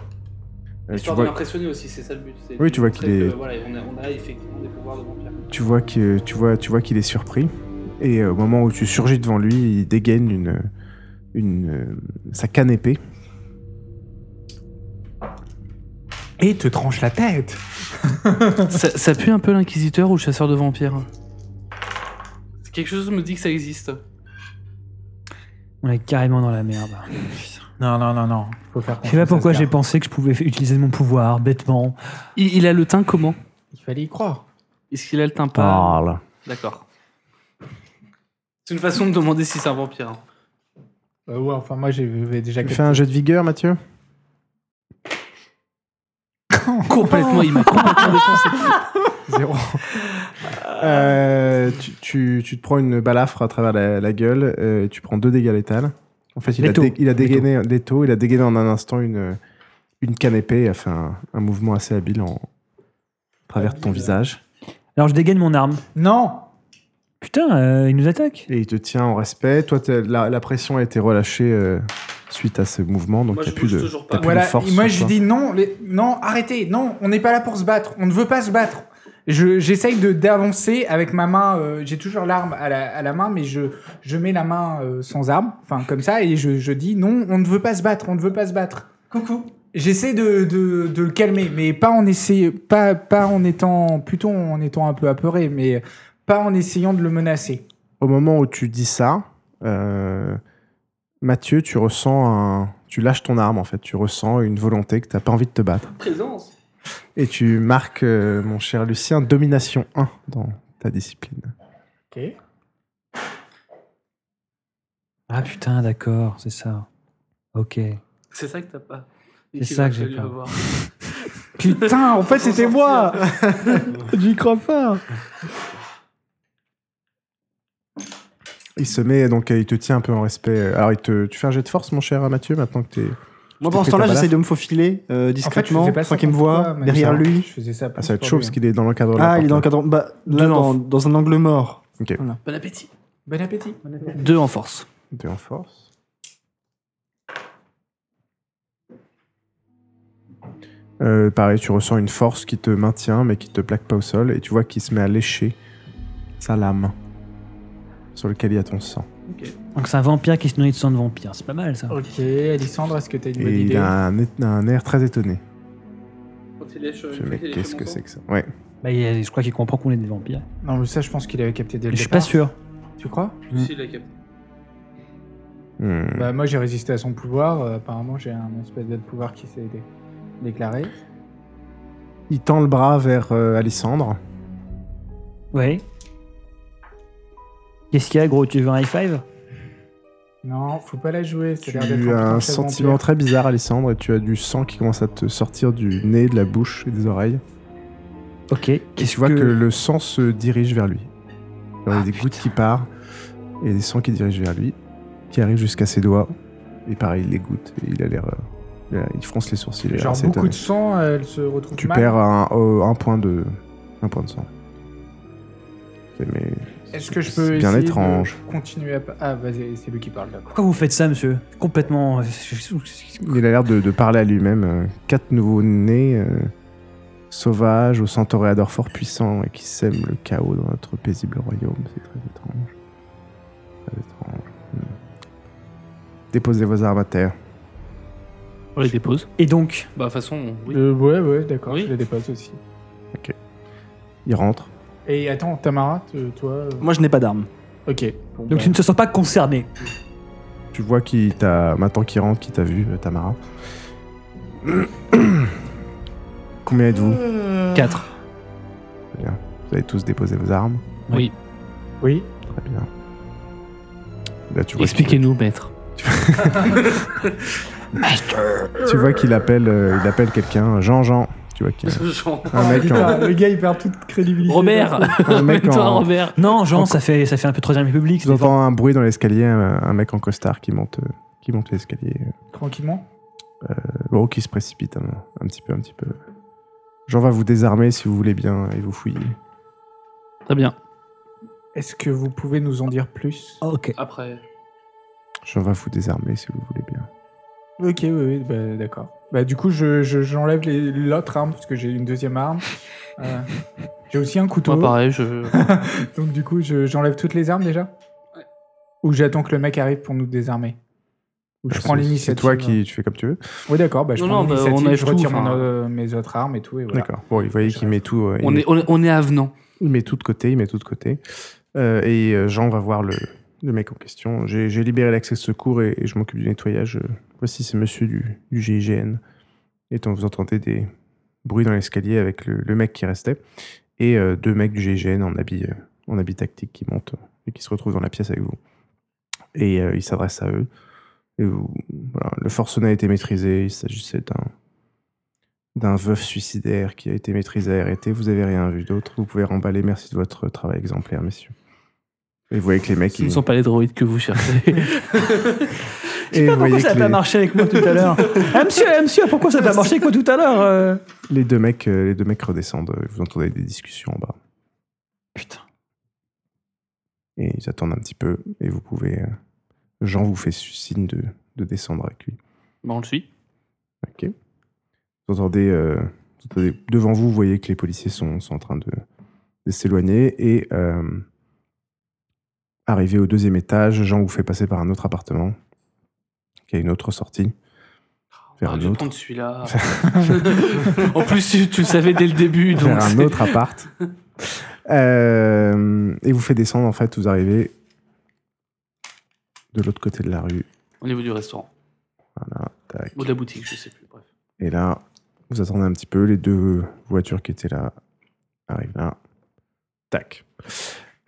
S1: Euh, tu,
S4: Histoire de
S1: vois,
S4: l'impressionner aussi, c'est ça le but. c'est
S1: Oui,
S4: de
S1: tu vois
S4: montrer
S1: qu'il
S4: que,
S1: est-
S4: Voilà, on a, on a effectivement des pouvoirs de vampire.
S1: tu vois que tu vois, tu vois qu'il est surpris. Et euh, au moment où tu surgis devant lui, il dégaine une, une euh, sa canne épée.
S2: Et te tranche la tête.
S4: ça, ça pue un peu l'inquisiteur ou le chasseur de vampires. hein Quelque chose me dit que ça existe.
S3: On est carrément dans la merde.
S2: Non, non, non, non. Faut faire.
S3: Je sais pas pourquoi j'ai pensé que je pouvais utiliser mon pouvoir bêtement.
S4: Il, il a le teint comment
S2: Il fallait y croire.
S4: Est-ce qu'il a le teint
S3: Ah.
S4: pas
S1: Parle.
S4: D'accord. C'est une façon de demander si c'est un vampire. hein.
S2: Euh, ouais, enfin moi j'avais déjà.
S1: Tu fais un jet de vigueur, Mathieu
S3: Oh.
S4: Complètement, il m'a complètement défoncé.
S1: Zéro. Euh, tu, tu- tu te prends une balafre à travers la, la gueule, euh, tu prends deux dégâts létals. En fait, il, a,
S3: Létaux.
S1: dé- il a dégainé des il a dégainé en un instant une, une canne épée, il a fait un, un mouvement assez habile en à travers ton visage.
S3: Alors je dégaine mon arme.
S2: Non.
S3: Putain, euh, il nous attaque.
S1: Et il te tient en respect. Toi, t'as- la, la pression a été relâchée euh, suite à ce mouvement, donc
S4: Moi,
S1: t'as
S4: je
S1: plus
S4: bouge
S1: de,
S4: toujours
S1: t'as
S4: pas.
S1: plus de
S2: Voilà,
S1: force.
S2: et moi
S1: sur
S2: je
S1: toi.
S2: dis non, les- non, arrêtez, non, on n'est pas là pour se battre, on ne veut pas se battre. Je- J'essaye de d'avancer avec ma main, euh, j'ai toujours l'arme à la, à la main, mais je, je mets la main euh, sans arme, enfin comme ça, et je, je dis non, on ne veut pas se battre, on ne veut pas se battre. Coucou. J'essaie de, de, de le calmer, mais pas en essayant, pas, pas en étant, plutôt en étant un peu apeuré, mais pas en essayant de le menacer.
S1: Au moment où tu dis ça, euh, Mathieu, tu ressens un. Tu lâches ton arme, en fait. Tu ressens une volonté que t'as pas envie de te battre.
S4: Présence.
S1: Et tu marques, euh, mon cher Lucien, domination 1 dans ta discipline.
S2: Ok.
S3: Ah putain, d'accord, c'est ça. Ok.
S4: C'est ça que t'as pas.
S3: C'est ça que j'ai pas.
S2: Putain, en fait c'était moi
S1: J'y crois pas Il se met, donc euh, il te tient un peu en respect. Alors il te, tu fais un jet de force, mon cher Mathieu, maintenant que t'es
S5: Moi, pendant
S1: pris
S5: ce temps-là,
S1: ta balafre
S5: j'essaye de me faufiler euh, discrètement, sans qu'il me voit, derrière lui.
S2: Je faisais ça
S1: Ah, ça va être chaud parce qu'il est dans l'encadre de
S5: Ah, il est dans le
S1: l'appartement.
S5: cadre. Bah, là, dans, dans un angle mort.
S4: Bon appétit.
S2: Bon appétit.
S4: Deux en force.
S1: Deux en force. Euh, pareil, tu ressens une force qui te maintient mais qui te plaque pas au sol et tu vois qu'il se met à lécher sa lame sur lequel il y a ton sang.
S3: Donc c'est un vampire qui se nourrit de sang de vampire. C'est pas mal ça.
S2: Ok, Alissandre, est-ce que t'as une bonne
S1: Et il
S2: idée
S1: a un, é- un air très étonné. Ce mec, qu'est-ce que c'est que ça Ouais.
S3: Bah, il y a- je crois qu'il comprend qu'on est des vampires.
S2: Non, mais ça, je pense qu'il avait capté dès le
S3: Je suis
S2: départ.
S3: pas sûr.
S2: Tu crois
S1: Hmm.
S2: Bah, moi, j'ai résisté à son pouvoir. euh, apparemment, j'ai un espèce de pouvoir qui s'est dé- déclaré.
S1: Il tend le bras vers euh, Alissandre.
S3: Ouais. Qu'est-ce qu'il y a, gros Tu veux un high five
S2: Non, faut pas la jouer. Ça a
S1: Tu
S2: l'air d'être
S1: as un
S2: putain de chasse
S1: sentiment
S2: vampire.
S1: très bizarre, Alissandre, et tu as du sang qui commence à te sortir du nez, de la bouche et des oreilles.
S3: Ok.
S1: Et
S3: Qu'est-ce
S1: tu vois que... le sang se dirige vers lui. Il y a des gouttes qui partent et des sangs qui dirigent vers lui, qui arrivent jusqu'à ses doigts. Et pareil, il les goûte et il a l'air. euh, il a- il fronce les sourcils. il a l'air
S2: Genre,
S1: assez
S2: beaucoup
S1: étonné.
S2: de sang, elle se retrouve
S1: Tu
S2: mal.
S1: perds un, euh, un point de. Un point de sang. C'est- Mais.
S2: Est-ce que je
S1: c'est
S2: peux
S1: bien
S2: essayer
S1: étrange.
S2: de continuer à... pa- Ah, vas-y, c'est lui qui parle, d'accord.
S3: Pourquoi vous faites ça, monsieur Complètement. euh,
S1: Il a l'air de, de parler à lui-même. euh, Quatre nouveaux nés euh, sauvages au centauréador fort puissant et qui sèment le chaos dans notre paisible royaume. C'est très étrange. Très étrange. Hmm. Déposez vos armes à terre.
S4: On les dépose.
S3: Et donc,
S4: Bah, de toute façon, oui.
S2: Euh, ouais, ouais, d'accord,
S4: Oui.
S2: je la dépasse aussi.
S1: Il rentre.
S2: Et attends, Tamara, te- toi... euh,
S5: Moi, je n'ai pas d'arme.
S2: Ok. bon,
S3: donc
S2: bah,
S3: tu ne te sens pas concerné.
S1: Tu vois qui t'a. Maintenant qu'il rentre, qui t'a vu, euh, Tamara. Combien êtes-vous Vous
S4: Quatre.
S1: avez tous déposé vos armes.
S4: Oui.
S2: Oui
S1: Très bien. Là, tu vois
S4: Expliquez-nous, maître.
S1: qu'il- Tu vois qu'il appelle, euh, il appelle quelqu'un. Jean-Jean. Tu vois qu'il y a un mec en,
S2: Le gars, il perd toute crédibilité.
S4: Robert
S1: un mec
S4: Toi,
S1: en,
S4: Robert
S3: Non, Jean, ça fait, ça fait un peu troisième république.
S1: Tu entends un bruit dans l'escalier, un, un mec en costard qui monte, euh, qui monte l'escalier.
S2: Tranquillement
S1: Euh, Gros qui se précipite un, un petit peu, un petit peu. Jean va vous désarmer si vous voulez bien et vous fouiller.
S4: Très bien.
S2: Est-ce que vous pouvez nous en dire plus
S1: Ah,
S3: Ok.
S4: Après.
S1: Jean va vous désarmer si vous voulez bien.
S2: Ok, oui, oui, bah, d'accord. Bah, du coup, je, je- j'enlève les- l'autre arme, parce que j'ai une deuxième arme. Euh, j'ai aussi un couteau.
S4: Moi, pareil, je.
S2: Donc, du coup, je- j'enlève toutes les armes déjà
S4: Ouais.
S2: Ou j'attends que le mec arrive pour nous désarmer Ou je
S1: Parce
S2: prends
S1: que
S2: l'initiative
S1: Bah,
S2: hein.
S1: C'est toi qui, tu fais comme tu veux.
S2: Oui, d'accord, bah, je
S4: Non,
S2: prends
S4: non, bah, on
S2: l'initiative,
S4: enlève
S2: je retire
S4: tout,
S2: mon,
S4: enfin.
S2: euh, mes autres armes et tout, et voilà.
S1: D'accord. Bon, vous voyez qu'il met tout, euh, il,
S4: On
S1: met,
S4: est, on est, on est avenant.
S1: il met tout de côté, il met tout de côté. Euh, et euh, Jean va voir le, le mec en question. J'ai j'ai libéré l'accès de secours et, et je m'occupe du nettoyage. Euh, Voici, c'est monsieur du, du GIGN. Et donc, vous entendez des bruits dans l'escalier avec le, le mec qui restait et euh, deux mecs du GIGN en habit, euh, en habit tactique qui montent euh, et qui se retrouvent dans la pièce avec vous. Et euh, il s'adresse à eux. Et vous- voilà, le forcenat a été maîtrisé. Il s'agissait d'un d'un veuf suicidaire qui a été maîtrisé et arrêté. Vous avez rien vu d'autre. Vous pouvez remballer. Merci de votre travail exemplaire, messieurs. Et vous voyez que les mecs...
S4: Ce ne
S1: ils-
S4: sont pas les droïdes que vous cherchez.
S1: Et vous voyez
S3: pourquoi ça
S1: que
S3: n'a pas
S1: les,
S3: marché avec moi tout à l'heure Ah, monsieur, ah, monsieur, pourquoi ça n'a pas marché avec moi tout à l'heure euh
S1: les deux mecs, euh, les deux mecs redescendent. euh, Vous entendez des discussions en bas.
S3: Putain.
S1: Et ils attendent un petit peu. Et vous pouvez. euh, Jean vous fait signe de, de descendre avec lui.
S4: Bah, on le suit.
S1: Ok. Vous entendez, euh, vous entendez- Devant vous, vous voyez que les policiers sont, sont en train de, de s'éloigner. Et. euh, arrivé au deuxième étage, Jean vous fait passer par un autre appartement. Qui a une autre sortie. Vers
S4: Ah,
S1: un
S4: je vais
S1: autre.
S4: prendre celui-là. en plus, tu, tu le savais dès le début. Donc
S1: vers un
S4: c'est-
S1: autre appart. Euh, et vous fait descendre, en fait, vous arrivez de l'autre côté de la rue.
S4: Au niveau du restaurant.
S1: Voilà, tac.
S4: Ou de la boutique, je sais plus. Bref.
S1: Et là, vous attendez un petit peu, les deux voitures qui étaient là arrivent là. Tac.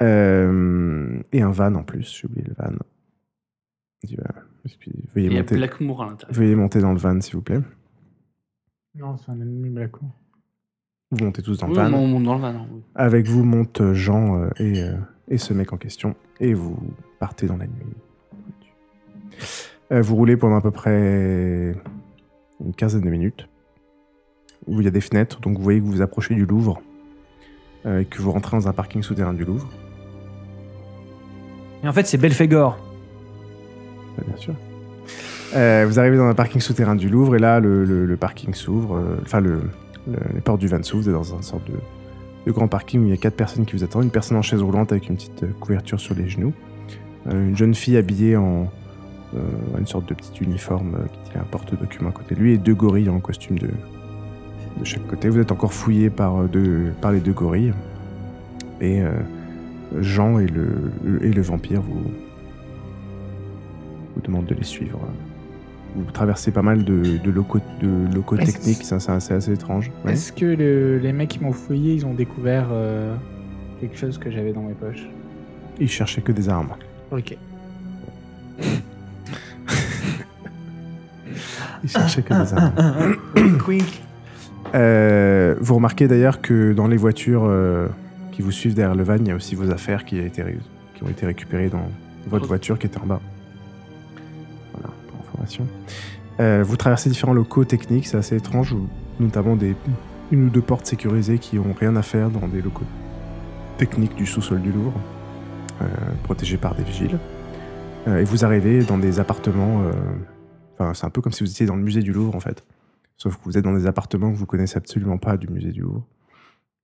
S1: Euh, et un van en plus, j'ai oublié le van. Il dit, bah, excusez-
S4: Et
S1: veuillez,
S4: il y a
S1: monter,
S4: Blackmoor à l'intérieur.
S1: veuillez monter dans le van, s'il vous plaît.
S2: Non, c'est un ennemi bah, black.
S1: Vous montez tous dans
S4: Oui,
S1: le van.
S4: on monte Mmh, dans le van. hein, oui.
S1: Avec vous montent Jean euh, et, euh, et ce mec en question, et vous partez dans la nuit. Euh, vous roulez pendant à peu près une quinzaine de minutes, où il y a des fenêtres, donc vous voyez que vous vous approchez du Louvre, euh, et que vous rentrez dans un parking souterrain du Louvre,
S3: Et en fait, c'est Belphégor.
S1: Ouais, bien sûr. Euh, vous arrivez dans un parking souterrain du Louvre, et là, le, le- le parking s'ouvre, euh, enfin, le, le- les portes du van s'ouvrent, vous êtes dans une sorte de, de grand parking où il y a quatre personnes qui vous attendent, une personne en chaise roulante avec une petite euh, couverture sur les genoux, euh, une jeune fille habillée en euh, une sorte de petit uniforme euh, qui tient un porte-document à côté de lui, et deux gorilles en costume de, de chaque côté. Vous êtes encore fouillé par, euh, deux, par les deux gorilles, et euh, Jean et le, et le vampire vous, vous demande de les suivre. Vous traversez pas mal de, de locaux, de locaux
S2: Est-ce-
S1: techniques, ça, ça, c'est assez étrange. Ouais.
S2: Est-ce que le- les mecs qui m'ont fouillé, ils ont découvert euh, quelque chose que j'avais dans mes poches
S1: Ils cherchaient que des armes.
S2: Ok.
S1: Ils cherchaient que des armes. Euh, vous remarquez d'ailleurs que dans les voitures euh, qui vous suivent derrière le van, il y a aussi vos affaires qui, a été ré- qui ont été récupérées dans votre
S4: Oh.
S1: voiture qui était en bas. Voilà, pour information. Euh, vous traversez différents locaux techniques, c'est assez étrange, ou- notamment des, une ou deux portes sécurisées qui n'ont rien à faire dans des locaux techniques du sous-sol du Louvre, euh, protégés par des vigiles. Euh, et vous arrivez dans des appartements, euh, enfin, c'est un peu comme si vous étiez dans le musée du Louvre en fait. Sauf que vous êtes dans des appartements que vous connaissez absolument pas du musée du Louvre,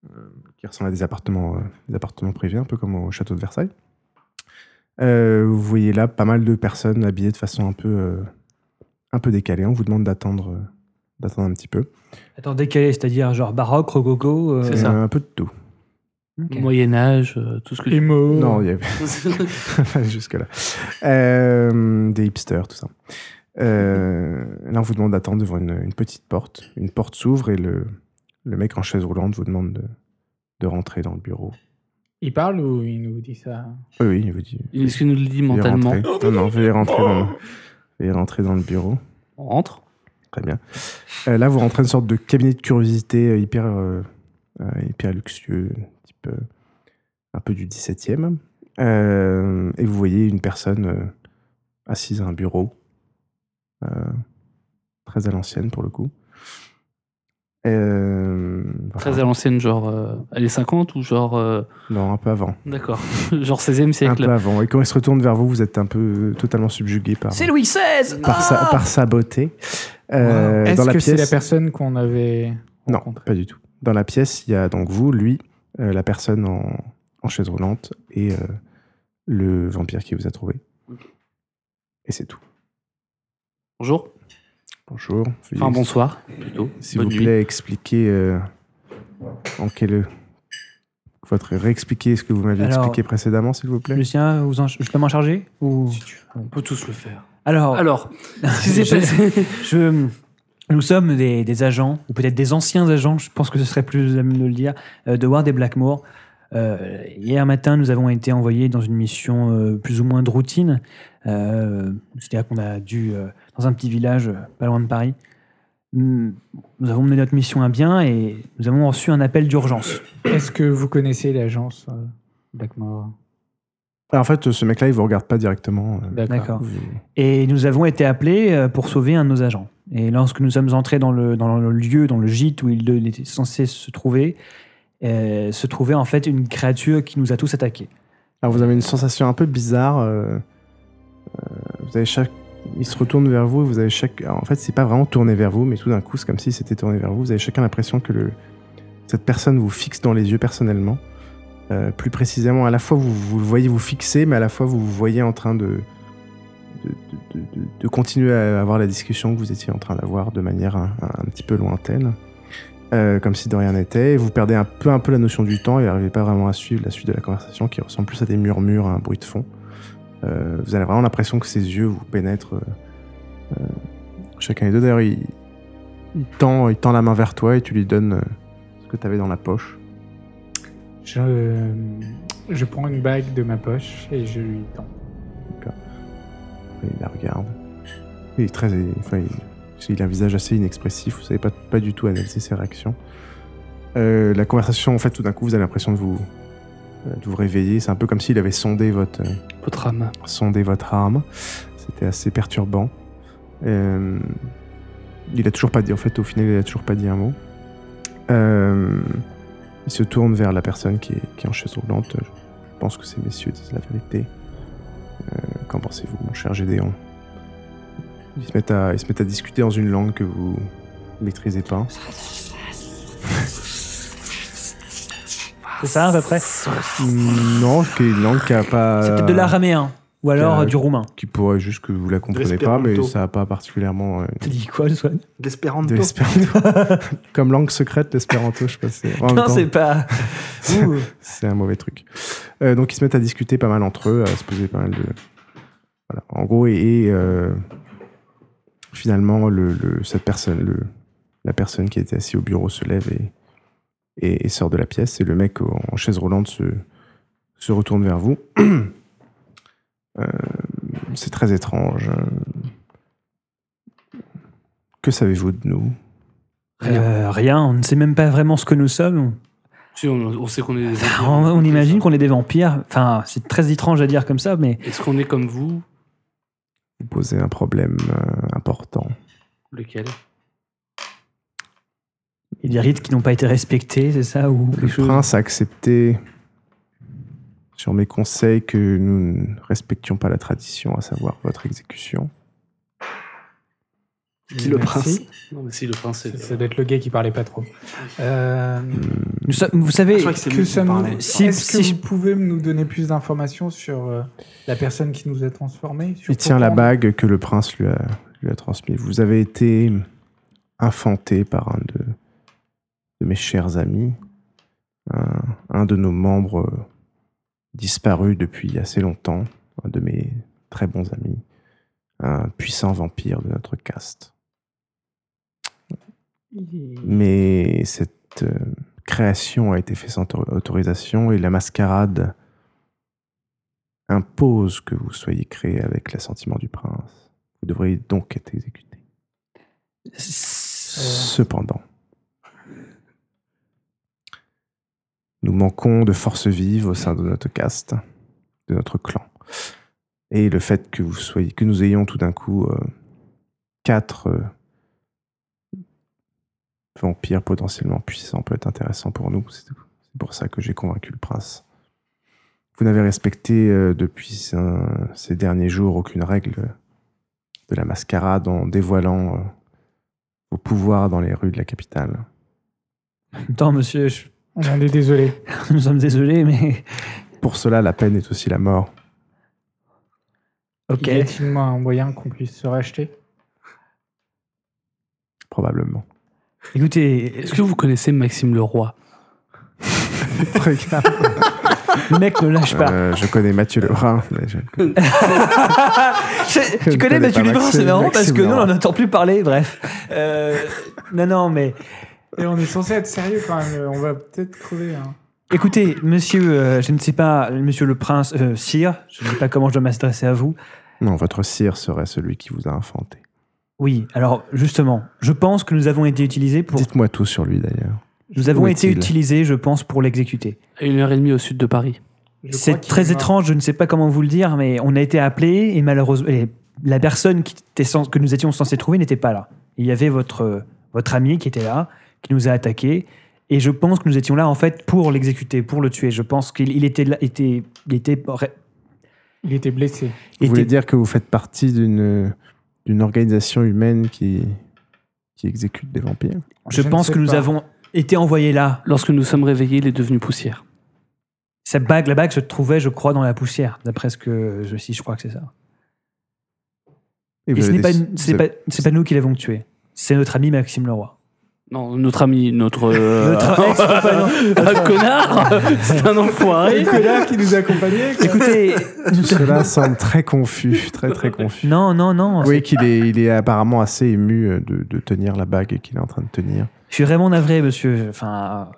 S1: euh, qui ressemblent à des appartements, euh, des appartements privés, un peu comme au château de Versailles. Euh, vous voyez là pas mal de personnes habillées de façon un peu, euh, un peu décalée. On vous demande d'attendre, euh, d'attendre un petit peu.
S3: Attends, décalé, c'est-à-dire genre baroque, rococo. euh,
S4: C'est ça.
S1: Euh, un peu de tout.
S3: ok.
S4: Moyen-Âge, euh, tout ce que tu
S2: Emo.
S1: Non, il y a pas aller jusque-là. Euh, des hipsters, tout ça. Euh, là, on vous demande d'attendre devant une, une petite porte. Une porte s'ouvre et le, le mec en chaise roulante vous demande de, de rentrer dans le bureau.
S2: Il parle ou il nous dit ça
S1: Oui, oui, il vous dit.
S4: Est-ce qu'il nous le dit
S1: Veuillez
S4: mentalement
S1: rentrer. Non, non, veuillez rentrer, dans le, veuillez rentrer dans le bureau.
S4: On rentre
S1: Très bien. Euh, là, vous rentrez dans une sorte de cabinet de curiosité euh, hyper, euh, euh, hyper luxueux, type, euh, un peu du 17e. Euh, et vous voyez une personne euh, assise à un bureau, euh, très à l'ancienne pour le coup. Euh, voilà.
S4: Très à l'ancienne, genre euh, années 50 ou genre. euh,
S1: Non, un peu avant.
S4: D'accord, genre 16e
S1: Un
S4: siècle.
S1: peu avant. Et quand elle se retourne vers vous, vous êtes un peu euh, totalement subjugué par,
S3: C'est Louis Ah XVI
S1: par, sa, par sa beauté. Euh,
S2: Est-ce
S1: dans la
S2: que c'est la
S1: pièce-
S2: personne qu'on avait
S1: Non,
S2: rencontrée
S1: pas du tout. Dans la pièce, il y a donc vous, lui, euh, la personne en, en chaise roulante et euh, le vampire qui vous a trouvé. Et c'est tout.
S4: Bonjour.
S1: Bonjour.
S4: Enfin,
S1: Veuillez,
S4: bonsoir, plutôt.
S1: S'il
S4: Bonne
S1: vous
S4: nuit.
S1: plaît, expliquez euh, en quel. Votre réexpliquer ce que vous m'aviez
S3: Alors-
S1: expliqué précédemment, s'il vous plaît.
S3: Lucien, vous en- je peux m'en charger ou...
S4: On peut tous le faire.
S3: Alors,
S4: Alors,
S3: je-
S4: si c'est passé.
S3: je- nous sommes des, des agents, ou peut-être des anciens agents, je pense que ce serait plus à même de le dire, euh, de Ward et Blackmore. Euh, hier matin, nous avons été envoyés dans une mission euh, plus ou moins de routine. Euh, C'est-à-dire qu'on a dû, euh, dans un petit village euh, pas loin de Paris, Hmm, nous avons mené notre mission à bien et nous avons reçu un appel d'urgence.
S2: Est-ce que vous connaissez l'agence euh, Blackmore
S1: Ah, en fait, ce mec-là, il vous regarde pas directement. euh,
S3: D'accord.
S1: vous-
S3: Et nous avons été appelés euh, pour sauver un de nos agents. Et lorsque nous sommes entrés dans le, dans le lieu, dans le gîte où il il était censé se trouver, euh, se trouvait en fait une créature qui nous a tous attaqués.
S1: Alors, vous avez une sensation un peu bizarre. euh, euh, vous avez chaque. Il se retourne vers vous et vous avez chaque. alors, en fait, c'est pas vraiment tourné vers vous, mais tout d'un coup, c'est comme si c'était tourné vers vous. Vous avez chacun l'impression que le... cette personne vous fixe dans les yeux personnellement. Euh, plus précisément, à la fois vous, vous le voyez vous fixer, mais à la fois vous vous voyez en train de. De, de- de- de- de continuer à avoir la discussion que vous étiez en train d'avoir de manière un, un- un petit peu lointaine, Euh, comme si de rien n'était. Et Vous perdez un peu, un peu la notion du temps et n'arrivez pas vraiment à suivre la suite de la conversation qui ressemble plus à des murmures, à un bruit de fond. Euh, vous avez vraiment l'impression que ses yeux vous pénètrent euh, euh, chacun des deux. D'ailleurs, il, il tend, il tend la main vers toi et tu lui donnes euh, ce que tu avais dans la poche.
S2: je, euh, je prends une bague de ma poche et je lui tends.
S1: Et il la regarde. Il est très. Enfin, il, il a un visage assez inexpressif. Vous savez pas, pas du tout analyser ses réactions. Euh, la conversation, en fait, tout d'un coup, vous avez l'impression de vous, euh, de vous réveiller. C'est un peu comme s'il avait sondé votre, euh,
S4: Votre âme.
S1: sondé votre âme. C'était assez perturbant. Euh, Il a toujours pas dit, en fait, au final, il a toujours pas dit un mot. Euh, il se tourne vers la personne qui est, qui est en chaise roulante. Je pense que ces messieurs disent la vérité. Euh, Qu'en pensez-vous, mon cher Gédéon ils se, mettent à, ils se mettent à discuter dans une langue que vous maîtrisez pas.
S3: C'est ça, à peu près
S1: Non, qui est une langue qui a pas.
S3: C'est peut-être de l'araméen ou alors
S1: euh,
S3: euh, du roumain.
S1: Qui pourrait juste que vous la comprenez pas, mais
S5: l'espéranto.
S1: ça n'a pas particulièrement. euh,
S3: T'as dit quoi, Swan
S1: de
S5: L'espéranto.
S1: l'espéranto. Comme langue secrète, l'espéranto, je sais pas. c'est- en même
S3: Non,
S1: temps,
S3: c'est pas. Ouh.
S1: C'est un mauvais truc. Euh, donc ils se mettent à discuter pas mal entre eux, à se poser pas mal de. Voilà. En gros, et, et, euh, finalement, le, le- cette personne, le, la personne qui était assise au bureau se lève et, et, et sort de la pièce. Et le mec en, en chaise roulante se, se retourne vers vous. Euh, C'est très étrange. hein. Que savez-vous de nous
S3: Euh, rien, on ne sait même pas vraiment ce que nous sommes.
S4: Si, on, Ah, on sait qu'on est des
S3: Enfin,
S4: vampires,
S3: on, on
S4: sait
S3: imagine
S4: ça.
S3: qu'on est des vampires. Enfin, c'est très étrange à dire comme ça, mais
S4: Est-ce qu'on est comme vous
S1: Vous posez un problème euh, important.
S4: Lequel
S3: il y a des rites qui n'ont pas été respectés, c'est ça ou
S1: Le
S3: quelque chose
S1: prince a accepté, sur mes conseils, que nous ne respections pas la tradition, à savoir votre exécution.
S5: Qui le prince
S2: Merci.
S4: Non, mais si, le prince,
S2: Ça,
S4: c'est.
S2: ça doit être le gars qui parlait pas trop. Euh,
S3: Nous sommes- Vous savez,
S5: c'est
S2: que ça nous-
S5: parlait.
S3: Si-
S2: Est-ce que
S3: si je-
S2: vous pouvez nous donner plus d'informations sur euh, la personne qui nous a transformés sur
S1: Il tient la
S2: pourquoi
S1: bague que le prince lui a, lui a transmise. Vous avez été infanté par un de, de mes chers amis, un, un de nos membres euh, disparus depuis assez longtemps, un de mes très bons amis, un puissant vampire de notre caste. Mais cette euh, création a été faite sans autor- autorisation et la mascarade impose que vous soyez créé avec l'assentiment du prince. Vous devriez donc être exécuté. Cependant, nous manquons de force vive au sein de notre caste, de notre clan. Et le fait que, vous soyez, que nous ayons tout d'un coup euh, quatre euh, vampires potentiellement puissants peut être intéressant pour nous. C'est tout. C'est pour ça que j'ai convaincu le prince. Vous n'avez respecté euh, depuis un- ces derniers jours aucune règle de la mascarade en dévoilant euh, vos pouvoirs dans les rues de la capitale.
S3: en même temps, monsieur, je-
S2: On en est désolé.
S3: nous sommes désolés, mais
S1: Pour cela, la peine est aussi la mort.
S3: ok.
S2: Y a-t-il un moyen qu'on puisse se racheter
S1: Probablement.
S3: Écoutez,
S4: Est-ce que vous connaissez Maxime Leroy
S1: Regarde.
S3: le mec ne lâche pas.
S1: Euh, je connais Mathieu Lebrun. mais je-
S3: Je-
S1: Je
S3: tu
S1: connais
S3: connais Mathieu
S1: pas
S3: Lebrun,
S1: Maxime-
S3: c'est marrant parce
S1: Maxime
S3: que nous, on
S1: Lebrun.
S3: n'en entend plus parler, bref. Euh, non, non, mais
S2: Et on est censé être sérieux quand même. On va peut-être crever. hein.
S3: écoutez, monsieur, euh, je ne sais pas, monsieur le prince, euh, sire, je ne sais pas comment je dois m'adresser à vous.
S1: Non, votre sire serait celui qui vous a infanté.
S3: Oui, alors justement, je pense que nous avons été utilisés pour.
S1: Dites-moi tout sur lui d'ailleurs.
S3: Nous avons
S1: Où
S3: été
S1: est-il
S3: utilisés, je pense, pour l'exécuter.
S4: À une heure et demie au sud de Paris.
S2: Je crois
S3: C'est
S2: qu'il
S3: très
S2: m'a-
S3: étrange, je ne sais pas comment vous le dire, mais on a été appelé et malheureusement, et la personne qui était cens- que nous étions censés trouver n'était pas là. Il y avait votre, euh, votre ami qui était là, qui nous a attaqués, et je pense que nous étions là en fait pour l'exécuter, pour le tuer. Je pense qu'il il était, là- était, il était,
S2: Il était blessé.
S1: Vous voulez
S3: était-
S1: dire que vous faites partie d'une d'une organisation humaine qui, qui exécute des vampires
S3: je,
S2: ne
S3: pense
S2: sais
S3: que nous
S2: pas.
S3: avons été envoyés là.
S4: Lorsque nous sommes réveillés, il est devenu poussière.
S3: Sa bague, la bague se trouvait, je crois, dans la poussière, d'après ce que je si je crois que c'est ça.
S1: Et
S3: Et
S1: vous
S3: ce
S1: avez
S3: n'est pas,
S1: des-
S3: une- c'est
S1: vous
S3: pas, c'est pas nous qui l'avons tué. C'est notre ami Maxime Leroy.
S4: Non, notre ami, notre. euh,
S3: Notre ex-compagnon.
S4: un connard C'est un enfoiré
S2: Nicolas Ah qui nous accompagnait. quoi.
S3: Écoutez,
S1: avez- Tout cela semble très confus, très très confus.
S3: non, non, non.
S1: Vous voyez qu'il est, il est apparemment assez ému euh, de, de tenir la bague qu'il est en train de tenir.
S3: Je suis vraiment navré, monsieur. Enfin,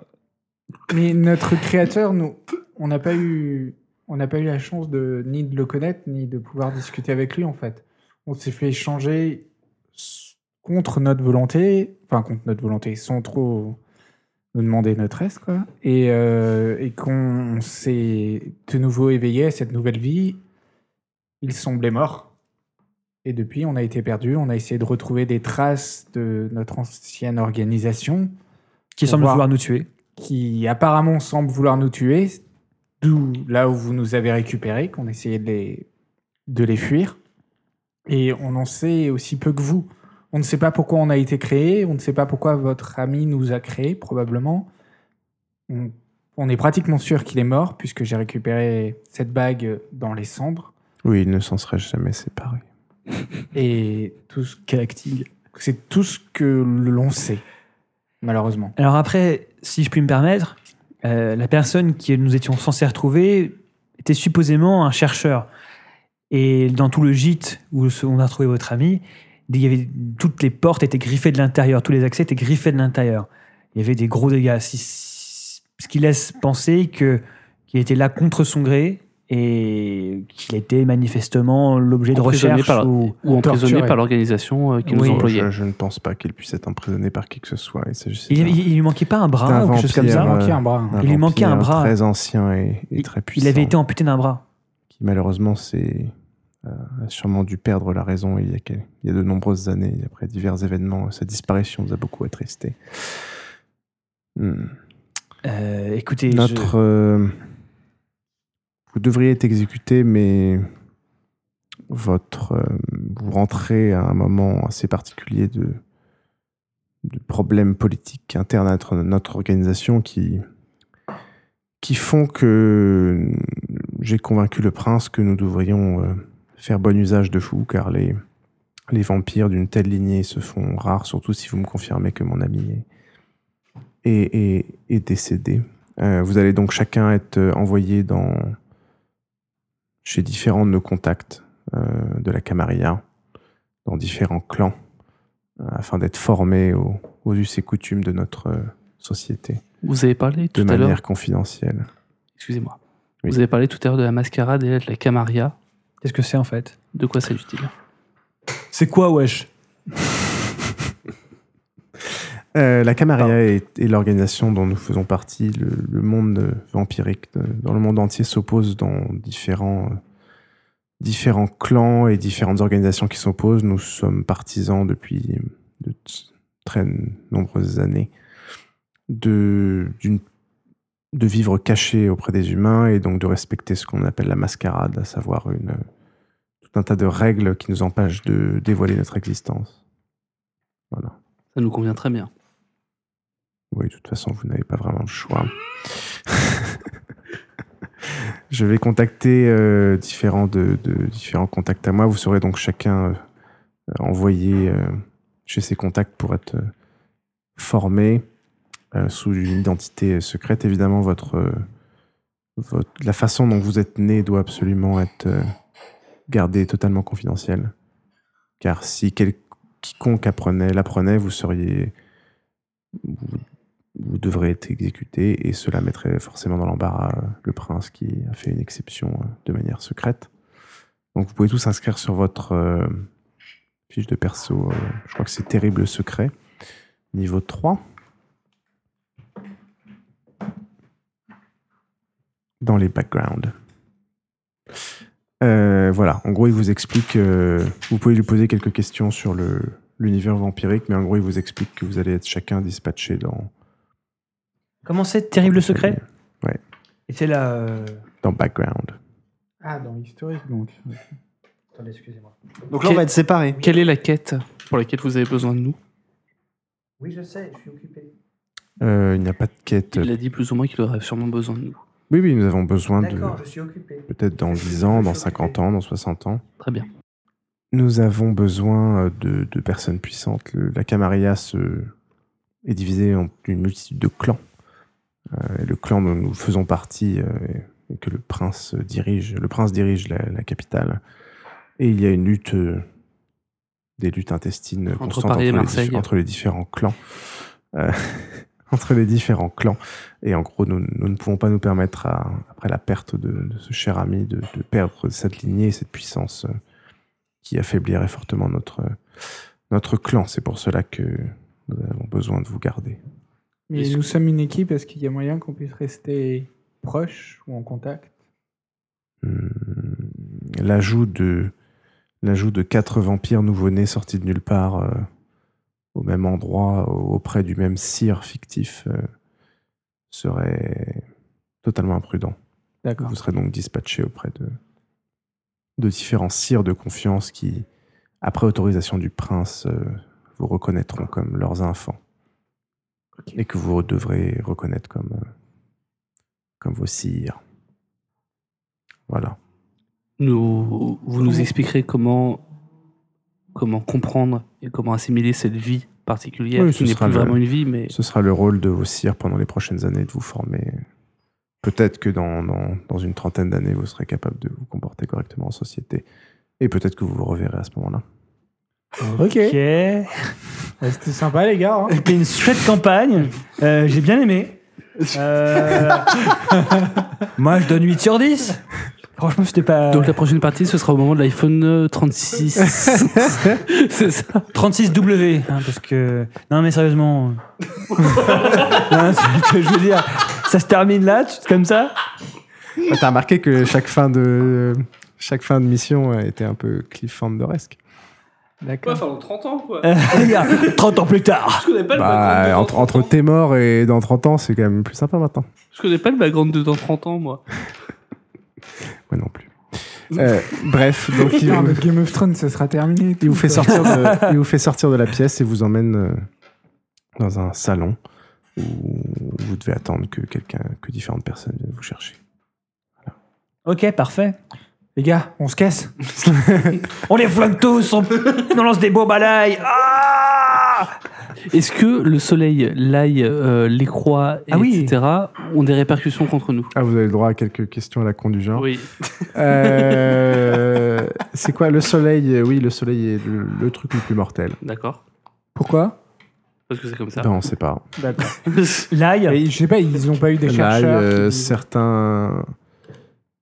S2: Mais notre créateur, nous, on n'a pas eu, on n'a pas eu la chance de ni de le connaître ni de pouvoir discuter avec lui en fait. On s'est fait échanger s- contre notre volonté, enfin contre notre volonté, sans trop nous demander notre reste quoi. Et, euh, et qu'on s'est de nouveau éveillé à cette nouvelle vie, il semblait mort. Et depuis, on a été perdu. On a essayé de retrouver des traces de notre ancienne organisation
S3: Qui
S2: Pour
S3: semble
S2: voir.
S3: vouloir nous tuer.
S2: qui apparemment semble vouloir nous tuer. D'où là où vous nous avez récupérés, qu'on essayait de les, de les fuir. Et on en sait aussi peu que vous. On ne sait pas pourquoi on a été créé. On ne sait pas pourquoi votre ami nous a créés, probablement. On, on est pratiquement sûr qu'il est mort, puisque j'ai récupéré cette bague dans les cendres.
S1: Oui, il ne s'en serait jamais séparé.
S2: Et tout ce
S3: Quel acting.
S2: C'est tout ce que l'on sait, malheureusement.
S3: Alors après, si je puis me permettre, euh, la personne que nous étions censés retrouver était supposément un chercheur. Et dans tout le gîte où se- on a retrouvé votre ami, il y avait, toutes les portes étaient griffées de l'intérieur, tous les accès étaient griffés de l'intérieur. Il y avait des gros dégâts. Si- si- Ce qui laisse penser que qu'il était là contre son gré et qu'il était manifestement l'objet de
S4: Emprisonné
S3: recherches.
S4: par-
S3: ou-
S4: Ou emprisonné
S2: Torturé.
S4: par l'organisation euh, qui
S3: Oui.
S4: nous
S1: Oh,
S4: employait.
S1: je, je ne pense pas qu'il puisse être emprisonné par qui que ce soit. Il s'agissait
S3: Il,
S1: d'un-
S3: il- il lui manquait pas un bras
S1: D'un
S3: ou quelque chose comme
S2: Il
S1: vampire,
S2: a
S1: euh,
S3: ça.
S2: manqué un bras. hein.
S1: d'un
S3: il lui manquait un
S1: vampire
S3: bras.
S1: Très ancien et, et très puissant.
S3: Il avait été amputé d'un bras.
S1: Qui malheureusement s'est euh, a sûrement dû perdre la raison il y, a, quel- il y a de nombreuses années. Après divers événements, sa disparition nous a beaucoup attristés. Hmm.
S3: Euh, écoutez, je-
S1: Notre. euh, vous devriez être exécuté, mais votre. euh, vous rentrez à un moment assez particulier de, de problèmes politiques internes à notre, notre organisation qui. qui font que. J'ai convaincu le prince que nous devrions euh, faire bon usage de vous, car les. Les vampires d'une telle lignée se font rares, surtout si vous me confirmez que mon ami est, est- est- est décédé. Euh, vous allez donc chacun être euh, envoyé dans chez différents de nos contacts euh, de la Camarilla, dans différents clans, euh, afin d'être formés aux, aux us et coutumes de notre euh, société,
S4: Vous avez parlé
S1: de
S4: tout à l'heure.
S1: manière confidentielle.
S4: Excusez-moi.
S1: Oui.
S4: Vous avez parlé tout à l'heure de la mascarade et là de la Camaria.
S3: qu'est-ce que c'est en fait
S4: De quoi s'agit-il
S3: C'est quoi, wesh
S1: Euh, la Camarilla est, est l'organisation dont nous faisons partie. Le, le monde euh, vampirique euh, dans le monde entier s'oppose dans différents, euh, différents clans et différentes organisations qui s'opposent. Nous sommes partisans depuis de t- très nombreuses années de, d'une- de vivre caché auprès des humains et donc de respecter ce qu'on appelle la mascarade, à savoir une, tout un tas de règles qui nous empêchent de dévoiler notre existence. Voilà.
S4: Ça nous convient très bien.
S1: Oui, de toute façon, vous n'avez pas vraiment le choix. Je vais contacter euh, différents, de, de- différents contacts à moi. Vous serez donc chacun euh, envoyé euh, chez ces contacts pour être euh, formé euh, sous une identité euh, secrète. Évidemment, votre, euh, votre- la façon dont vous êtes né doit absolument être euh, gardée totalement confidentielle. Car si quel- quiconque apprenait, l'apprenait, vous seriez vous, vous devrez être exécuté et cela mettrait forcément dans l'embarras euh, le prince qui a fait une exception euh, de manière secrète. Donc vous pouvez tous inscrire sur votre euh, fiche de perso, euh, je crois que c'est Terrible Secret, niveau 3. Dans les backgrounds. Euh, voilà, en gros, il vous explique. euh, vous pouvez lui poser quelques questions sur le, l'univers vampirique, mais en gros, il vous explique que vous allez être chacun dispatché dans.
S3: Comment c'est terrible secret Et c'est euh, là.
S1: Euh, Dans background.
S2: Ah, dans l'historique, donc.
S3: Attendez, excusez-moi.
S5: Donc là, on va être séparés.
S4: Quelle est la quête pour laquelle vous avez besoin de nous
S3: Oui, je sais, je suis occupé.
S1: Euh, il n'y a pas de quête.
S4: Il a dit plus ou moins qu'il aurait sûrement besoin de nous.
S1: Oui, oui, nous avons besoin de.
S3: je suis occupé.
S1: Peut-être dans 10 ans, dans 50 ans, dans 60 ans.
S4: Très bien.
S1: Nous avons besoin euh, de, de personnes puissantes. Le- la Camarilla se, est divisée en une multitude de clans. Euh, et le clan dont nous faisons partie euh, et- et que le prince dirige, le prince dirige la, la capitale. Et il y a une lutte, euh, des luttes intestines constantes
S4: Paris et
S1: entre, les
S4: Marseille.
S1: diff- entre les différents clans. Euh, entre les différents clans. Et en gros, nous, nous ne pouvons pas nous permettre, à- après la perte de, de ce cher ami, de, de perdre cette lignée et cette puissance euh, qui affaiblirait fortement notre, euh, notre clan. C'est pour cela que nous avons besoin de vous garder.
S2: Mais
S4: Est-ce
S2: nous sommes une équipe, est-ce qu'il y a moyen qu'on puisse rester proche ou en contact
S1: Hmm, L'ajout de l'ajout de quatre vampires nouveau-nés sortis de nulle part euh, au même endroit, au- auprès du même sire fictif, euh, serait totalement imprudent.
S2: D'accord.
S1: Vous serez donc dispatché auprès de, de différents sires de confiance qui, après autorisation du prince, euh, vous reconnaîtront comme leurs enfants. Et que vous devrez reconnaître comme, euh, comme vos sires. Voilà.
S4: Nous, vous nous expliquerez comment, comment comprendre et comment assimiler cette vie particulière
S1: Oui, ce
S4: qui n'est
S1: sera
S4: plus
S1: le-
S4: vraiment une vie, mais
S1: Ce sera le rôle de vos sires pendant les prochaines années de vous former. Peut-être que dans, dans- dans une trentaine d'années, vous serez capable de vous comporter correctement en société. Et peut-être que vous vous reverrez à ce moment-là.
S2: Ok.
S3: Ok.
S2: Ouais, C'était sympa, les gars. hein.
S3: C'était une chouette campagne. Euh, J'ai bien aimé. Euh, Moi, je donne 8 sur 10. Franchement, c'était pas.
S4: Donc la prochaine partie, ce sera au moment de l'iPhone euh, 36. c'est ça.
S3: 36W. hein, parce que. Non, mais sérieusement. Non, c'est ce que je veux dire. Ça se termine là, tu- comme ça
S1: Ah, T'as remarqué que chaque fin de chaque fin de mission euh, était un peu cliffhangeresque.
S2: D'accord.
S4: dans 30 ans, quoi.
S3: Euh, regarde, 30 ans plus tard.
S4: Je connais pas
S1: Ah, Bah, entre, entre tes morts et dans 30 ans, c'est quand même plus sympa maintenant.
S4: Je connais pas le background de dans 30 ans, moi.
S1: Moi non plus. Euh, bref, donc il,
S2: Putain, mais Game of Thrones, ça sera terminé. et
S1: il
S2: tout,
S1: vous fait
S2: quoi.
S1: sortir de, il vous fait sortir de la pièce et vous emmène euh, dans un salon où vous devez attendre que quelqu'un, que différentes personnes viennent vous chercher.
S3: Ok, parfait.
S2: Les gars, on se casse.
S3: On les flingue tous, on, on lance des beaux balailles. Ah
S4: Est-ce que le soleil, l'ail, euh, les croix,
S3: Ah oui.
S4: etc. ont des répercussions contre nous
S1: Ah, vous avez le droit à quelques questions à la con du genre.
S4: Oui.
S1: Euh, c'est quoi le soleil Oui, le soleil est le, le truc le plus mortel.
S4: D'accord.
S2: Pourquoi
S4: Parce que c'est comme ça.
S1: Ben, on sait pas.
S3: L'ail.
S2: Mais Je sais pas, ils ont pas eu des
S1: Là,
S2: chercheurs.
S1: euh,
S2: qui-
S1: certains.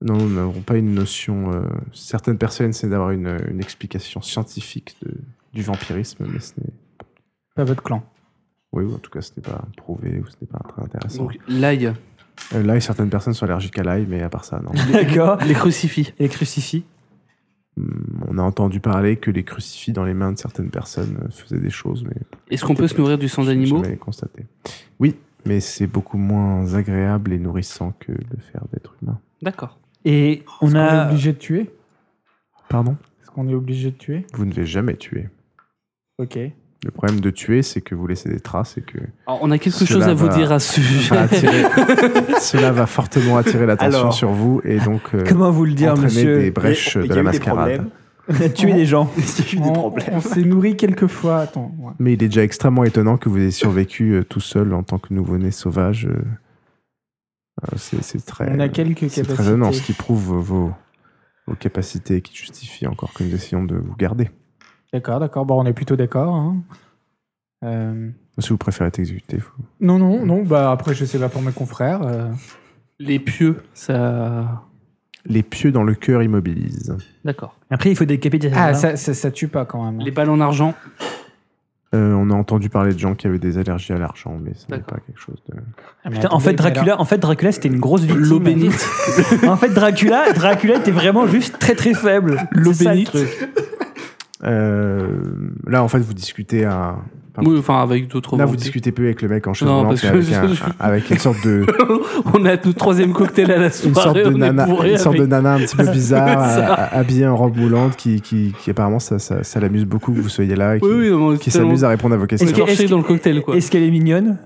S1: Non, nous n'avons pas une notion. euh, Certaines personnes c'est d'avoir une, une explication scientifique de- du vampirisme, mais ce n'est.
S2: Pas votre clan.
S1: Oui, ou en tout cas, ce n'est pas prouvé ou ce n'est pas très intéressant.
S4: Donc l'ail,
S1: Euh, L'ail, certaines personnes sont allergiques à l'ail, mais à part ça, non.
S3: D'accord.
S4: les crucifix.
S3: Et les crucifix.
S1: Hum, On a entendu parler que les crucifix dans les mains de certaines personnes euh, faisaient des choses, mais
S4: Est-ce qu'on peut se nourrir du sang
S1: je n'ai
S4: d'animaux
S1: jamais constaté. Oui, mais c'est beaucoup moins agréable et nourrissant que le faire d'être humain.
S4: D'accord.
S3: Et
S2: Est-ce
S3: on
S2: qu'on est
S3: a.
S2: obligé de tuer
S1: Pardon
S2: Est-ce qu'on est obligé de tuer
S1: Vous ne devez jamais tuer.
S2: Ok.
S1: Le problème de tuer, c'est que vous laissez des traces et que
S4: Alors, on a quelque
S1: Cela
S4: chose à vous
S1: va- Bah,
S4: dire à ce
S1: va
S4: sujet.
S1: attirer- cela va fortement attirer l'attention
S5: Alors.
S1: sur vous et donc euh,
S3: Comment vous le dire,
S1: entraîner
S3: monsieur
S1: des brèches
S5: Il y
S1: de la
S5: a eu des
S1: mascarade.
S5: problèmes.
S3: Tuer des gens.
S5: Il y a eu des
S2: On,
S5: problèmes.
S2: on s'est nourri quelques fois. Attends. ouais.
S1: Mais il est déjà extrêmement étonnant que vous ayez survécu euh, tout seul en tant que nouveau-né sauvage. euh. Euh, c'est c'est très,
S2: On a quelques
S1: c'est
S2: capacités.
S1: très étonnant, ce qui prouve vos, vos capacités et qui justifie encore que nous essayons de vous garder.
S2: D'accord, d'accord. Bon, on est plutôt d'accord. hein. Euh,
S1: Si vous préférez t'exécuter, vous-
S2: Non, non, non. Bah après, je sais pas pour mes confrères. euh,
S4: Les pieux, ça.
S1: les pieux dans le cœur immobilisent.
S4: D'accord.
S3: Après, il faut décapiter.
S2: Ah,
S3: ça. hein.
S2: ça, ça, ça tue pas quand même.
S4: Les balles en argent.
S1: Euh, on a entendu parler de gens qui avaient des allergies à l'argent, mais ce n'est
S4: D'accord.
S1: pas quelque chose de.
S2: Ah, mais
S3: Putain, en
S2: attendez,
S3: fait,
S2: mais
S3: Dracula, en fait, Dracula, c'était une grosse victime.
S4: L'eau bénite.
S3: En fait, Dracula, Dracula était vraiment juste très très faible.
S4: L'eau
S3: C'est ça, le
S4: bénite.
S3: truc.
S1: Euh, là, en fait, vous discutez à, Pardon.
S4: Oui, enfin, avec d'autres.
S1: Là, vous
S4: vampires.
S1: discutez peu avec le mec en chaise
S4: Non,
S1: roulante
S4: parce
S1: et
S4: que
S1: avec,
S4: je-
S1: un-
S4: je-
S1: avec une sorte de,
S4: On a notre troisième cocktail à la
S1: une sorte
S4: soirée.
S1: de
S4: on est
S1: nana,
S4: bourré
S1: une sorte de
S4: avec-
S1: nana un petit peu bizarre,
S4: C'est ça.
S1: à- à- habillée en robe moulante, qui, qui, qui apparemment ça, ça, ça l'amuse beaucoup que vous soyez là et qui,
S4: Oui, oui, non, mais
S1: qui
S4: c'est tellement-
S1: s'amuse à répondre à vos questions.
S4: Est-ce qu'elle- torché dans le cocktail, quoi.
S3: Est-ce qu'elle est mignonne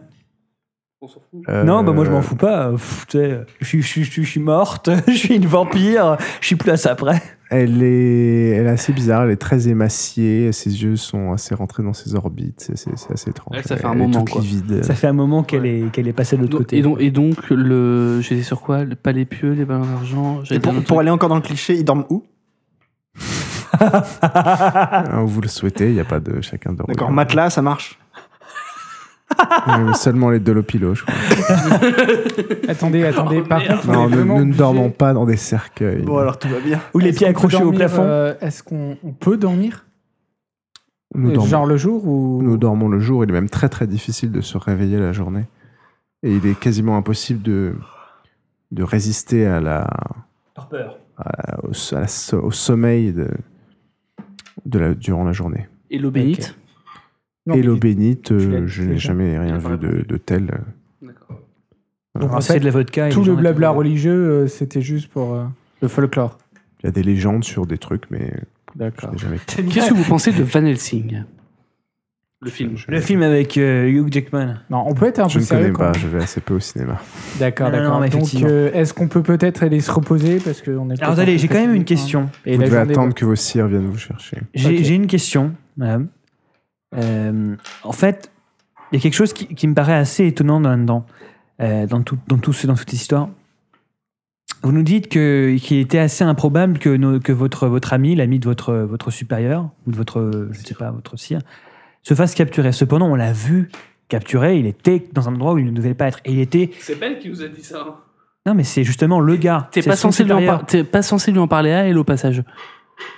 S1: Euh,
S3: Non, bah moi je m'en fous pas. Pff, tu sais, je, suis- je suis- je suis morte, je suis une vampire, je suis plus à ça près.
S1: Elle est, elle est assez bizarre, elle est très émaciée, ses yeux sont assez rentrés dans ses orbites, c'est- c'est c'est assez étrange.
S4: Ouais, ça fait un
S1: Elle est
S4: moment,
S1: toute
S4: quoi.
S1: livide.
S3: Ça fait un moment qu'elle est, qu'elle est passée de l'autre
S4: Donc-
S3: côté.
S4: et, donc, et donc, le. J'étais sur quoi Le palais pieux, les balles en argent.
S5: Et
S4: j'avais
S5: pour,
S4: dit un autre
S5: pour
S4: truc.
S5: aller encore dans le cliché, ils dorment où
S1: Hein, vous le souhaitez, il n'y a pas de chacun de.
S5: D'accord, matelas, ça marche.
S1: Ouais, mais Seulement les dolopilos, je crois.
S2: alors- Attendez, attendez. Par
S4: merde.
S2: contre, on est
S1: Non, nous,
S2: vraiment
S1: nous ne
S2: obligé-
S1: dormons pas dans des cercueils.
S5: Bon, alors tout va bien.
S3: Ou les
S2: Est-ce
S3: pieds
S2: qu'on peut
S3: accrochés au
S2: dormir,
S3: plafond.
S2: euh, Est-ce qu'on on peut dormir
S1: Nous dormons
S2: Genre le jour ou
S1: Nous dormons le jour, il est même très très difficile de se réveiller la journée. Et il est quasiment impossible de, de résister à la, à- au, à la so- au sommeil de, de la, durant la journée.
S4: Et l'eau bénite
S2: Non,
S1: et
S2: mais
S1: l'eau
S2: il-
S1: bénite, euh,
S2: je l'ai-
S1: je
S2: je l'ai
S1: n'ai
S2: fait.
S1: jamais rien
S4: l'ai pas
S1: vu de, de tel. euh,
S4: D'accord.
S2: Donc, en
S3: C'est
S2: fait,
S3: de la vodka. et
S2: tout
S3: les
S2: le
S3: gens
S2: blabla
S3: étaient-
S2: religieux, euh, c'était juste pour euh, le folklore.
S1: Il y a des légendes sur des trucs, mais je
S2: D'accord.
S1: n'ai jamais.
S4: Qu'est-ce que vous pensez de Van Helsing Le film.
S1: je-
S3: Le film avec euh, Hugh Jackman.
S2: Non, on peut être un
S1: Je
S2: peu
S1: ne
S2: sérieux.
S1: connais
S2: quand
S1: pas,
S2: même.
S1: je vais assez peu au cinéma.
S2: D'accord,
S3: Non, non,
S2: d'accord.
S3: non, mais
S2: Donc,
S3: effectivement.
S2: euh, est-ce qu'on peut peut-être aller se reposer parce qu'on est.
S3: Alors
S2: peut-être un
S3: attendez,
S2: peu
S3: j'ai quand même
S2: fatigué,
S3: une
S2: hein.
S3: question.
S2: Et
S1: Vous
S2: la
S1: devez
S2: journée
S1: attendre que vos cires viennent vous chercher.
S3: J'ai
S2: Ok.
S3: j'ai une question, madame. Euh, en fait, il y a quelque chose qui, qui me paraît assez étonnant là-dedans, euh, dans, tout, dans, tout ce- dans toute histoire. Vous nous dites que- qu'il était assez improbable que, nos- que votre, votre ami, l'ami de votre, votre supérieur, ou de votre, je sais pas, votre sire, se fasse capturer. Cependant, on l'a vu capturé, il était dans un endroit où il ne devait pas être. Et il était...
S4: C'est Belle qui nous a dit ça. hein.
S3: Non, mais c'est justement le gars.
S4: T'es
S3: c'est
S4: pas,
S3: son
S4: censé lui en
S3: supérieur.
S4: par- t'es pas censé lui en parler à elle au passage.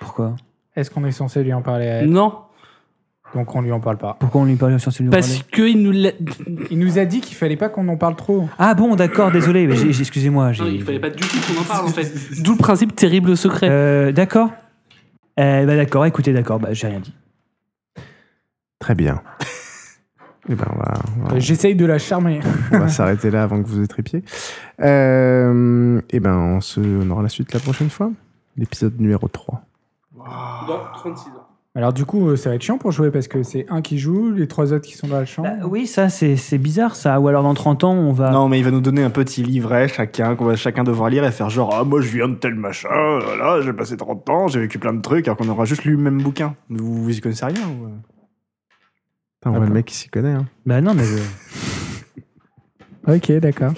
S3: Pourquoi
S2: Est-ce qu'on est censé lui en parler à elle
S4: Non,
S2: Donc on lui en parle pas.
S3: Pourquoi on lui parle sur celui
S4: parce qu'il nous l'a.
S2: Il nous a dit qu'il fallait pas qu'on en parle trop.
S3: Ah bon, d'accord, désolé, mais j'ai- j'ai- excusez-moi. j'ai-
S4: Non, il fallait pas du tout qu'on en parle en fait. D'où le principe terrible secret.
S3: Euh, d'accord. Euh, bah, d'accord, écoutez, d'accord, bah, j'ai rien dit.
S1: Très bien. Eh ben, on va, on va-
S2: Euh, J'essaye de la charmer.
S1: on va s'arrêter là avant que vous étripiez. Euh, eh ben, on, se, on aura la suite la prochaine fois. L'épisode numéro 3.
S4: Dans 36 ans.
S2: Alors du coup, euh, ça va être chiant pour jouer parce que c'est un qui joue, les trois autres qui sont dans la chambre.
S3: Bah, oui, ça, c'est, c'est bizarre, ça. Ou alors dans 30 ans, on va.
S5: Non, mais il va nous donner un petit livret chacun, qu'on va chacun devoir lire et faire genre Ah, moi je viens de tel machin, voilà, j'ai passé 30 ans, j'ai vécu plein de trucs, alors qu'on aura juste lu le même bouquin. Vous, vous y connaissez rien ou... euh
S1: Putain, on voit le mec qui s'y connaît. hein.
S3: Bah non, mais. je-
S2: Ok, d'accord.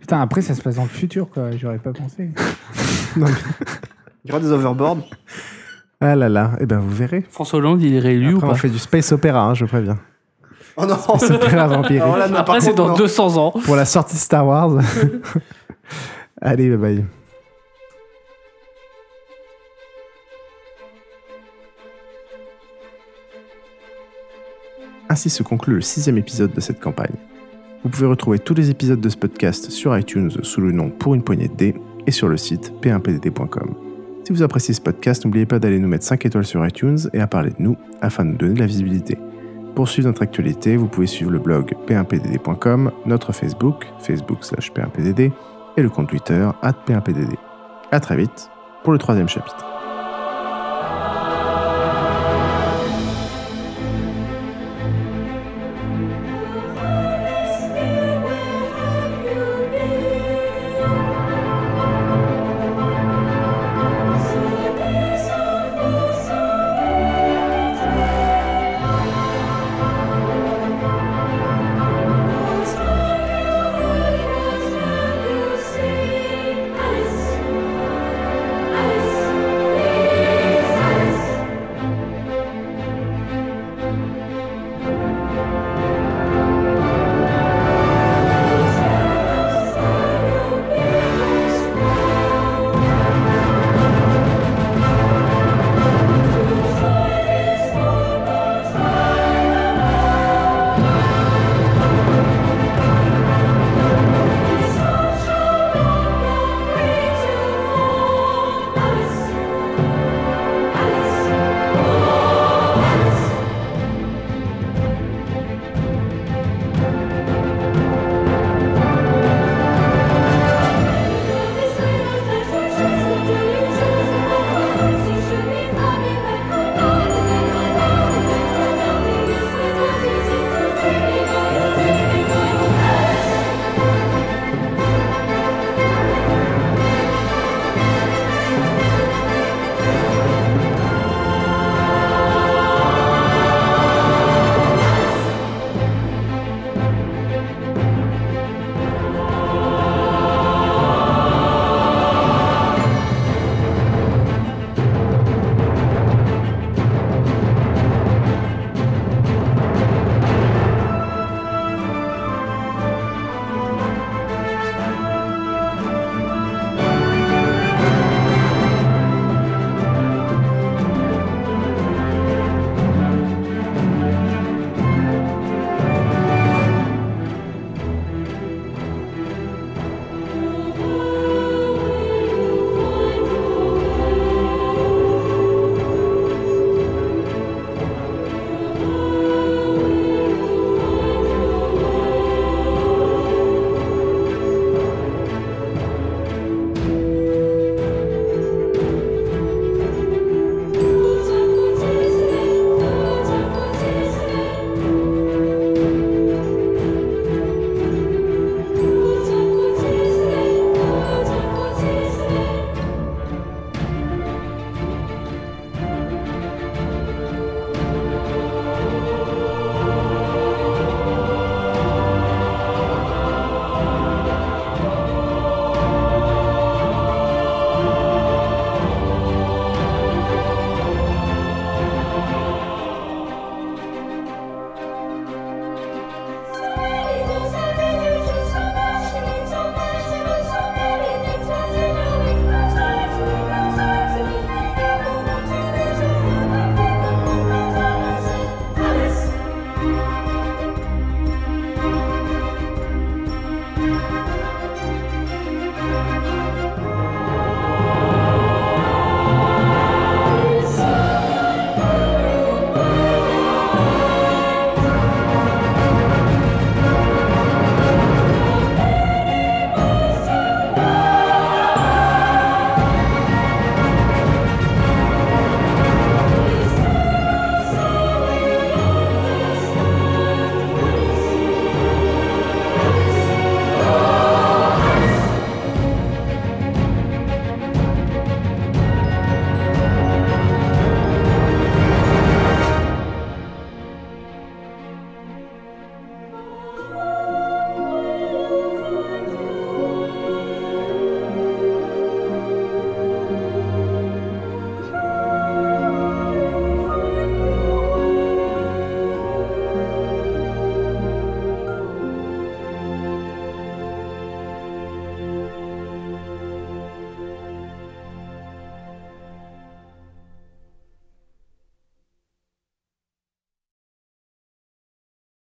S2: Putain, après ça se passe dans le futur, quoi. J'aurais pas pensé.
S5: Il y aura des overboards.
S1: Ah là là, eh ben, vous verrez.
S4: François Hollande, il est réélu
S1: Après,
S4: ou
S1: on
S4: pas
S1: fait du space opéra, hein, je préviens.
S5: Oh non
S1: Opéra vampirique.
S5: Alors là, non, par
S4: Après, c'est
S5: contre,
S4: dans
S5: non.
S4: 200 ans.
S1: Pour la sortie de Star Wars. Allez, bye bye. Ainsi se conclut le sixième épisode de cette campagne. Vous pouvez retrouver tous les épisodes de ce podcast sur iTunes sous le nom Pour une poignée de dés et sur le site p1pdd.com. Si vous appréciez ce podcast, n'oubliez pas d'aller nous mettre 5 étoiles sur iTunes et à parler de nous afin de nous donner de la visibilité. Pour suivre notre actualité, vous pouvez suivre le blog p1pdd.com, notre Facebook, facebook slash p1pdd, et le compte Twitter, at p1pdd. À très vite pour le troisième chapitre.